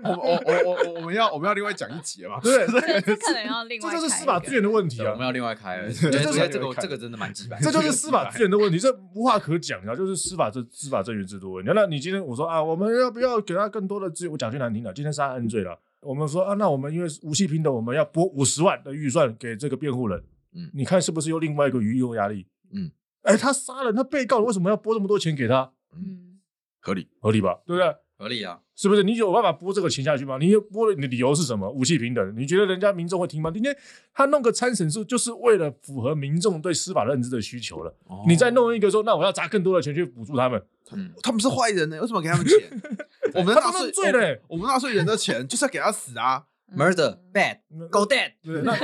Speaker 2: 我我我我我我们要我们要另外讲一集了嘛？
Speaker 1: *laughs* 对
Speaker 4: *laughs*
Speaker 1: 不对？
Speaker 4: 这这可能要另
Speaker 1: 这
Speaker 4: 外
Speaker 1: 就是
Speaker 4: 开
Speaker 1: 司
Speaker 4: 一
Speaker 1: 法
Speaker 4: 个
Speaker 1: 资源的问题
Speaker 3: 对，我
Speaker 1: 啊
Speaker 3: 们。要另外开了，对，
Speaker 1: 这
Speaker 3: *laughs* 这
Speaker 1: 是
Speaker 3: 个这个
Speaker 2: 另外开
Speaker 3: 这个真的蛮鸡掰。
Speaker 1: 这
Speaker 3: *laughs*
Speaker 1: 就是司法资源的问题，这无话可讲，然后就是司法这司法资源制度问题。那你今天我说啊，我们要不要给他更多的资源？我讲句难听的，今天杀人罪了，我们说啊，那我们因为无期平等，我们要拨五十万的预算给这个辩护人，
Speaker 2: 嗯
Speaker 1: 你看是不是又另外一个舆论压力？
Speaker 2: 嗯，
Speaker 1: 哎，他杀人，他被告为什么要拨这么多钱给他？
Speaker 4: 嗯，
Speaker 2: 合理，
Speaker 1: 合理吧？对不对？
Speaker 3: 合理啊，
Speaker 1: 是不是你有办法拨这个钱下去吗？你又拨了你的理由是什么？武器平等，你觉得人家民众会听吗？今天他弄个参审数，就是为了符合民众对司法认知的需求了。你再弄一个说，那我要砸更多的钱去补助他们，
Speaker 3: 嗯，
Speaker 2: 他们是坏人呢，为什么给他们
Speaker 1: *laughs*
Speaker 2: 钱？我们的
Speaker 1: 他
Speaker 2: 纳
Speaker 1: 都
Speaker 2: 税
Speaker 1: 认罪嘞。
Speaker 2: 我们纳税人的钱就是要给他死啊！
Speaker 3: murder bad go dead，
Speaker 1: 对， *laughs* 那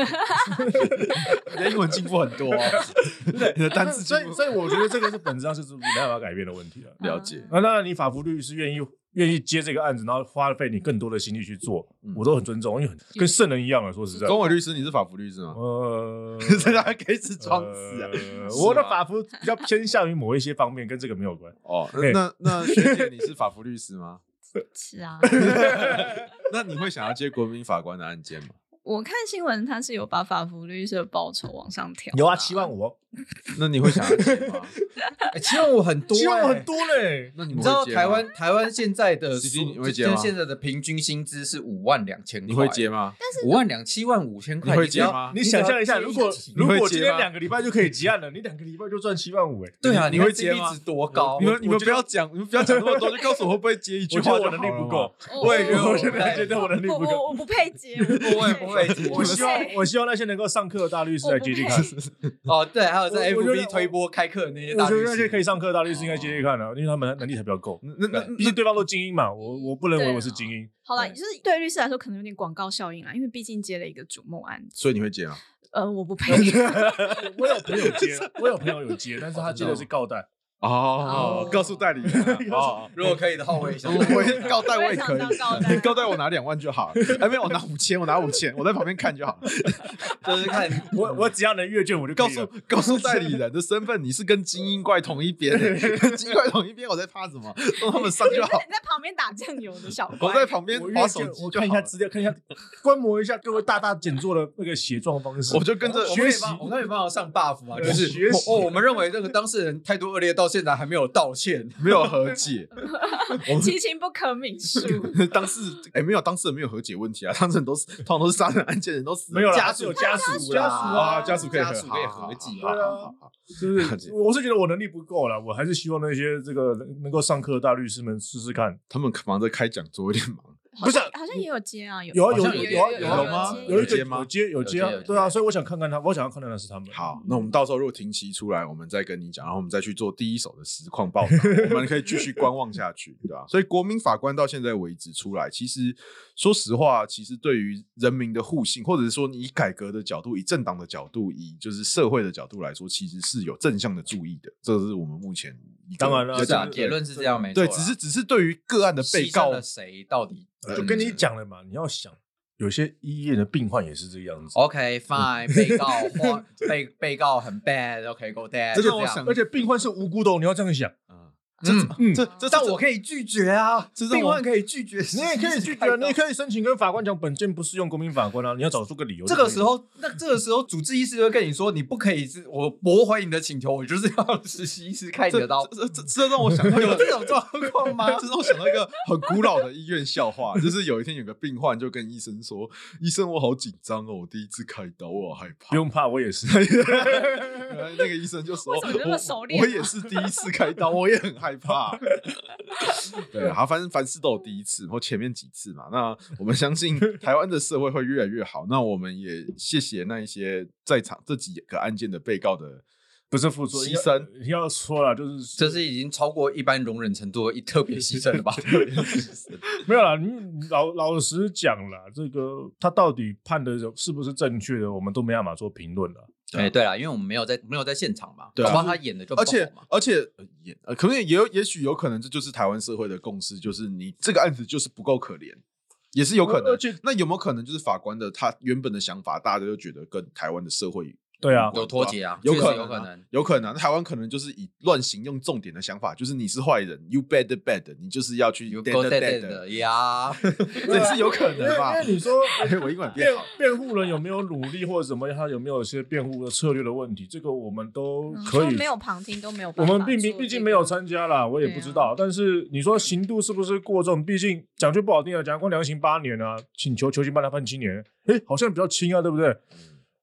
Speaker 2: 你的英文进步很多、
Speaker 1: *laughs*
Speaker 2: 哦，你的单词
Speaker 1: 所以
Speaker 2: 进步。
Speaker 1: 所以我觉得这个是本质上是没办法改变的问题了。
Speaker 2: 了解
Speaker 1: 那当然，你法服律师愿意愿意接这个案子，然后花费你更多的心力去做，
Speaker 2: 嗯
Speaker 1: 我都很尊重，因为很跟圣人一样啊了。说
Speaker 2: *laughs*
Speaker 1: 实在，
Speaker 2: 公委律师，你是法服律师吗？
Speaker 1: 嗯呃，
Speaker 2: *laughs* 这他可以是装死啊！
Speaker 1: 呃
Speaker 2: 是
Speaker 1: 我的
Speaker 2: 吗
Speaker 1: 法服比较偏向于某一些方面，跟这个没有关。
Speaker 2: 哦，
Speaker 1: 对
Speaker 2: 那那学姐，你是法服律师吗？
Speaker 4: 是啊。
Speaker 2: 那你会想要接国民法官的案件吗？
Speaker 4: 我看新闻，他是有把法服律师的报酬往上调，
Speaker 1: 有啊，七万，五哦，
Speaker 2: 那你会想要接吗？
Speaker 3: 哎七万五很多，
Speaker 1: 七万五
Speaker 3: 哎
Speaker 1: 很。多嘞。
Speaker 2: 那你
Speaker 3: 你
Speaker 2: 们
Speaker 3: 知道
Speaker 2: 会接吗
Speaker 3: 台湾台湾现在的
Speaker 2: CC
Speaker 3: 所
Speaker 2: 你会接吗
Speaker 3: 就是现在的平均薪资是五万两千块，
Speaker 2: 你会接吗？
Speaker 3: 五万两七万五千块？
Speaker 2: 你会
Speaker 3: 只要
Speaker 2: 接吗
Speaker 1: 你想象一下，
Speaker 3: 只要
Speaker 1: 如果
Speaker 3: 接一起
Speaker 1: 如
Speaker 2: 你
Speaker 1: 果
Speaker 2: 会接
Speaker 1: 今
Speaker 2: 吗
Speaker 1: 天两个礼拜就可以结案了，你两个礼拜就赚七万五哎。
Speaker 3: 对啊，
Speaker 2: 你
Speaker 3: 看
Speaker 2: 会接吗
Speaker 3: CP 值多高？
Speaker 2: 你
Speaker 1: 我
Speaker 2: 们你
Speaker 1: 我
Speaker 2: 们
Speaker 1: 觉
Speaker 2: 不
Speaker 1: 得
Speaker 2: 要讲，你们不要讲那么多，就告诉我会不会接一句
Speaker 1: 我觉得
Speaker 2: 话就
Speaker 1: 我
Speaker 2: 好
Speaker 1: 能力不
Speaker 2: 了嘛
Speaker 1: 够。，
Speaker 4: 我
Speaker 1: 我也觉得，
Speaker 3: 哦
Speaker 1: 我现在
Speaker 3: 对
Speaker 1: 觉得我能力
Speaker 4: 我
Speaker 1: 不
Speaker 4: 我
Speaker 1: 够。
Speaker 4: 我不配接，我
Speaker 3: 不会不会
Speaker 4: 接
Speaker 3: 我
Speaker 2: *laughs*
Speaker 1: 我希望，我希望那些能够上课的大律师来接近看。
Speaker 4: *laughs*
Speaker 3: 哦，对，还有在
Speaker 1: 我我觉得
Speaker 3: FB 推播开课的那些
Speaker 1: 我
Speaker 3: 大
Speaker 1: 觉
Speaker 3: 律
Speaker 1: 得那些
Speaker 3: 师
Speaker 1: 可以上课的大律师应该接近看啊了，因为他们能力才比较够。
Speaker 2: 那那那
Speaker 1: 毕竟对方都精英嘛，我我不认为我是精英。
Speaker 4: 好了，就是对律师来说可能有点广告效应啦，因为毕竟接了一个瞩目案，
Speaker 2: 所以你会接吗？
Speaker 4: 呃，我不配，
Speaker 1: 我有朋友接，我有朋友有接，但是他接的是告代。
Speaker 2: 哦
Speaker 4: 哦，
Speaker 2: 告诉代理人 *laughs* 啊哦，
Speaker 3: 如果可以的话，我也想。
Speaker 2: 我也告代
Speaker 4: 我
Speaker 2: 我
Speaker 4: 也
Speaker 2: 也
Speaker 4: 想
Speaker 2: 可
Speaker 4: 当
Speaker 2: 以
Speaker 4: 告代，
Speaker 2: 告代我拿两万就好了。哎，没有，我拿五千，我拿五千，我在旁边看就好了。
Speaker 3: 就是看
Speaker 1: 我我只要能阅卷，我就可
Speaker 2: 告
Speaker 1: 以了
Speaker 2: 诉告诉代理人的身份，你是跟精英怪同一边的，精英怪同一边，我在怕什么？让他们上就好。
Speaker 4: *laughs* 在旁边打酱油的小
Speaker 2: 我
Speaker 4: 怪，
Speaker 2: 在旁边
Speaker 1: 我
Speaker 2: 划
Speaker 1: 阅
Speaker 2: 手
Speaker 1: 卷，
Speaker 2: 机
Speaker 1: 我
Speaker 2: 就
Speaker 1: 看一
Speaker 2: 好
Speaker 1: 下
Speaker 2: 了。
Speaker 1: 资料，看一下观摩一下各位大大简作的那个写状方式。
Speaker 2: 我就跟着
Speaker 3: 我
Speaker 1: 学
Speaker 3: 们也
Speaker 1: 习
Speaker 3: 帮我们也帮忙上 buff 嘛，
Speaker 1: 对
Speaker 3: 就是
Speaker 1: 学习
Speaker 3: 哦，我们认为这个当事人态度恶劣，到现在还没有道歉，
Speaker 2: 没有啊和解， *laughs*
Speaker 4: 其情不可泯数。
Speaker 2: 当事哎、没有当事人没有和解问题啊，当事人都是通常都是杀人案件人都死了
Speaker 1: 没有啦
Speaker 2: 家
Speaker 1: 还是有家属
Speaker 2: 家
Speaker 1: 啦
Speaker 2: 属
Speaker 1: 啊
Speaker 2: 家属可以和
Speaker 3: 家属可以
Speaker 2: 好好
Speaker 3: 和解
Speaker 2: 好好
Speaker 1: 对啊
Speaker 2: 好好好
Speaker 1: 就
Speaker 2: 了解
Speaker 1: 是我是觉得我能力不够了，我还是希望那些这个能够上课的大律师们试试看。
Speaker 2: 他们忙着开讲座有点忙，
Speaker 1: 不是
Speaker 4: 好像也有接啊，有
Speaker 1: 有啊
Speaker 3: 好像
Speaker 1: 有
Speaker 3: 有
Speaker 1: 啊
Speaker 3: 有
Speaker 1: 有
Speaker 3: 有
Speaker 1: 啊
Speaker 2: 吗
Speaker 1: 有一
Speaker 2: 有
Speaker 1: 个
Speaker 2: 接吗
Speaker 1: 有接有接
Speaker 3: 有
Speaker 1: 啊
Speaker 3: 接，
Speaker 1: 对啊，所以我想看看他，我想要看到的是他们。
Speaker 2: 好，那我们到时候如果庭期出来，我们再跟你讲，然后我们再去做第一手的实况报道，我们可以继续观望下去，对吧、所以国民法官到现在为止出来，其实说实话，其实对于人民的互信，或者是说你以改革的角度、以政党的角度、以就是社会的角度来说，其实是有正向的注意的。这是我们目前一个
Speaker 1: 当然了
Speaker 2: 比
Speaker 3: 是
Speaker 2: 较
Speaker 3: 啊
Speaker 1: 对，
Speaker 3: 结论是这样没错
Speaker 2: 对，
Speaker 3: 啦。
Speaker 2: 只是只是对于个案的被
Speaker 3: 牺牲
Speaker 2: 告，
Speaker 3: 了谁到底
Speaker 1: 就跟你讲了嘛，你要想，有些医院的病患也是这个样
Speaker 2: 哦
Speaker 1: 子。
Speaker 3: OK
Speaker 2: *laughs*
Speaker 3: fine，被告或被被告很 bad，OK go dead，
Speaker 2: 这
Speaker 3: 就
Speaker 2: 让
Speaker 3: 这
Speaker 2: 我
Speaker 3: 样
Speaker 2: 想
Speaker 1: 而且病患是无辜的哦，你要这样想。
Speaker 2: 嗯
Speaker 3: 嗯，
Speaker 1: 嗯，
Speaker 2: 这这
Speaker 3: 但我可以拒绝啊，
Speaker 2: 这让我
Speaker 3: 病患可以拒绝，
Speaker 1: 你也可以拒绝，你也可以申请跟法官讲，本件不适用公民法官啊，你要找出个理由。
Speaker 3: 这个时，候，那这个时候，主治医师就会跟你说，你不可以是，我驳回你的请求，我就是要实习医师开你的刀。
Speaker 2: 这这这让我想到一
Speaker 4: *laughs*
Speaker 3: 有
Speaker 2: 个
Speaker 3: 这种状况吗？
Speaker 2: 这让我想到一个很古老的医院笑话，就是有一天有个病患就跟医生说：“医生，我好紧张哦，我第一次开刀，我好害怕。”
Speaker 1: 不用怕，我也是。 *laughs*
Speaker 2: 然后那个医生就说：“
Speaker 4: 为什么这么熟练啊
Speaker 2: 我？我也是第一次开刀，我也很害怕。对啊，好，反正凡事都有第一次，或前面几次嘛。那我们相信台湾的社会会越来越好。那我们也谢谢那一些在场这几个案件的被告的，
Speaker 1: 不是付出
Speaker 2: 牺牲
Speaker 1: 要要说了，就是
Speaker 3: *laughs* 这是已经超过一般容忍程度的一特别牺牲了 *laughs* 吧？
Speaker 1: 没有啦。你你老老实讲啦，这个他到底判的是不是正确的，我们都没办法做评论了。
Speaker 3: 哎，对了，因为我们没有在没有在现场嘛，
Speaker 2: 对啊
Speaker 3: 搞不好他演的就不
Speaker 2: 而
Speaker 3: 好
Speaker 2: 且
Speaker 3: 嘛
Speaker 2: 而且呃也呃，可能也有，也许有可能这就是台湾社会的共识，就是你这个案子就是不够可怜。也是有可能
Speaker 1: 而且，
Speaker 2: 那有没有可能就是法官的他原本的想法，大家就觉得跟台湾的社会
Speaker 1: 对啊，
Speaker 3: 有脱节啊，
Speaker 2: 有
Speaker 3: 确
Speaker 2: 可
Speaker 3: 实
Speaker 2: 能啊、
Speaker 3: 有可能。
Speaker 2: 有可能啊、那台湾可能就是以乱行用重点的想法，就是你是坏人，you bad bad，你就是要去
Speaker 3: You
Speaker 2: dead
Speaker 3: go dead
Speaker 2: dead
Speaker 3: 的呀，
Speaker 1: 对
Speaker 2: 这
Speaker 1: 啊
Speaker 2: 是有可
Speaker 1: 因为
Speaker 2: 能吧 *laughs*
Speaker 3: *laughs*
Speaker 1: 因？为你说
Speaker 2: 我英文
Speaker 1: 辩
Speaker 2: 变好，
Speaker 1: 辩护人有没有努力或者怎么样，他有没有一些辩护的策略的问题，这个我们都
Speaker 4: 嗯
Speaker 1: 可
Speaker 4: 都
Speaker 1: 以
Speaker 4: 没有旁听都没有
Speaker 1: 我
Speaker 4: 办法做
Speaker 1: 们
Speaker 4: 这个。啊
Speaker 1: 并并毕竟没有参加啦，我也不知道。但是你说刑度是不是过重？毕竟讲句不好听的，检察官量刑八年啊，请求求刑判他判七年，诶，好像比较轻啊，对不对？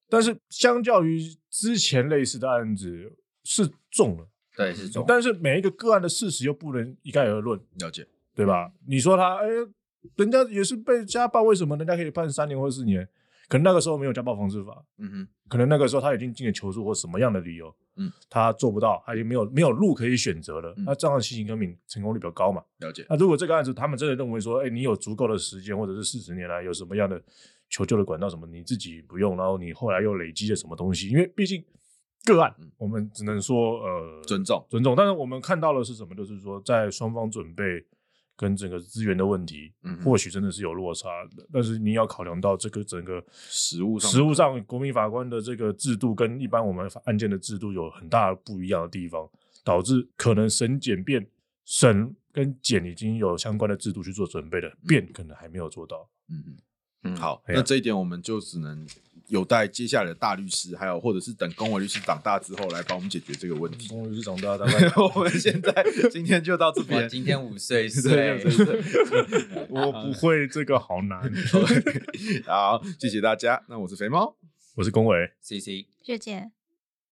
Speaker 1: 但是相较于之前类似的案子是重了，
Speaker 3: 对，是中。
Speaker 1: 但是每一个个案的事实又不能一概而论，
Speaker 2: 了解。
Speaker 1: 对吧？你说他，哎，人家也是被家暴，为什么人家可以判三年或四年？可能那个时候没有家暴防治法，
Speaker 2: 嗯哼，
Speaker 1: 可能那个时候他已经进了求助或什么样的理由，
Speaker 2: 嗯，
Speaker 1: 他做不到，他已经没有没有路可以选择了。
Speaker 2: 嗯
Speaker 1: 那这样的刑跟命成功率比较高嘛？
Speaker 2: 了解。
Speaker 1: 那如果这个案子他们真的认为说，哎，你有足够的时间，或者是四十年来有什么样的求救的管道什么，你自己不用，然后你后来又累积了什么东西？因为毕竟个案
Speaker 2: 嗯，
Speaker 1: 我们只能说呃
Speaker 2: 尊重
Speaker 1: 尊重，但是我们看到的是什么？就是说在双方准备。跟整个资源的问题，
Speaker 2: 嗯哼
Speaker 1: 或许真的是有落差，但是你要考量到这个整个
Speaker 2: 实物上，
Speaker 1: 实务上，国民法官的这个制度跟一般我们法案件的制度有很大不一样的地方，导致可能审检辩审跟检已经有相关的制度去做准备了，辩可能还没有做到。
Speaker 2: 嗯哼。
Speaker 3: 嗯
Speaker 2: 好，
Speaker 1: 对啊
Speaker 2: 那这一点我们就只能有待接下来的大律师，还有或者是等公委律师长大之后来帮我们解决这个问题。 *laughs*
Speaker 1: 公是长大 *laughs* 大概
Speaker 2: 我们现在今天就到这
Speaker 3: 哇，
Speaker 2: *laughs* 边。
Speaker 3: 今天五岁
Speaker 2: 对
Speaker 3: 岁 *laughs*
Speaker 2: 对，
Speaker 1: 我不会这个好 *laughs* 难。
Speaker 2: 对好，谢谢大家。那我是肥猫，
Speaker 1: 我是龚维。
Speaker 3: ，C C。
Speaker 4: 学姐。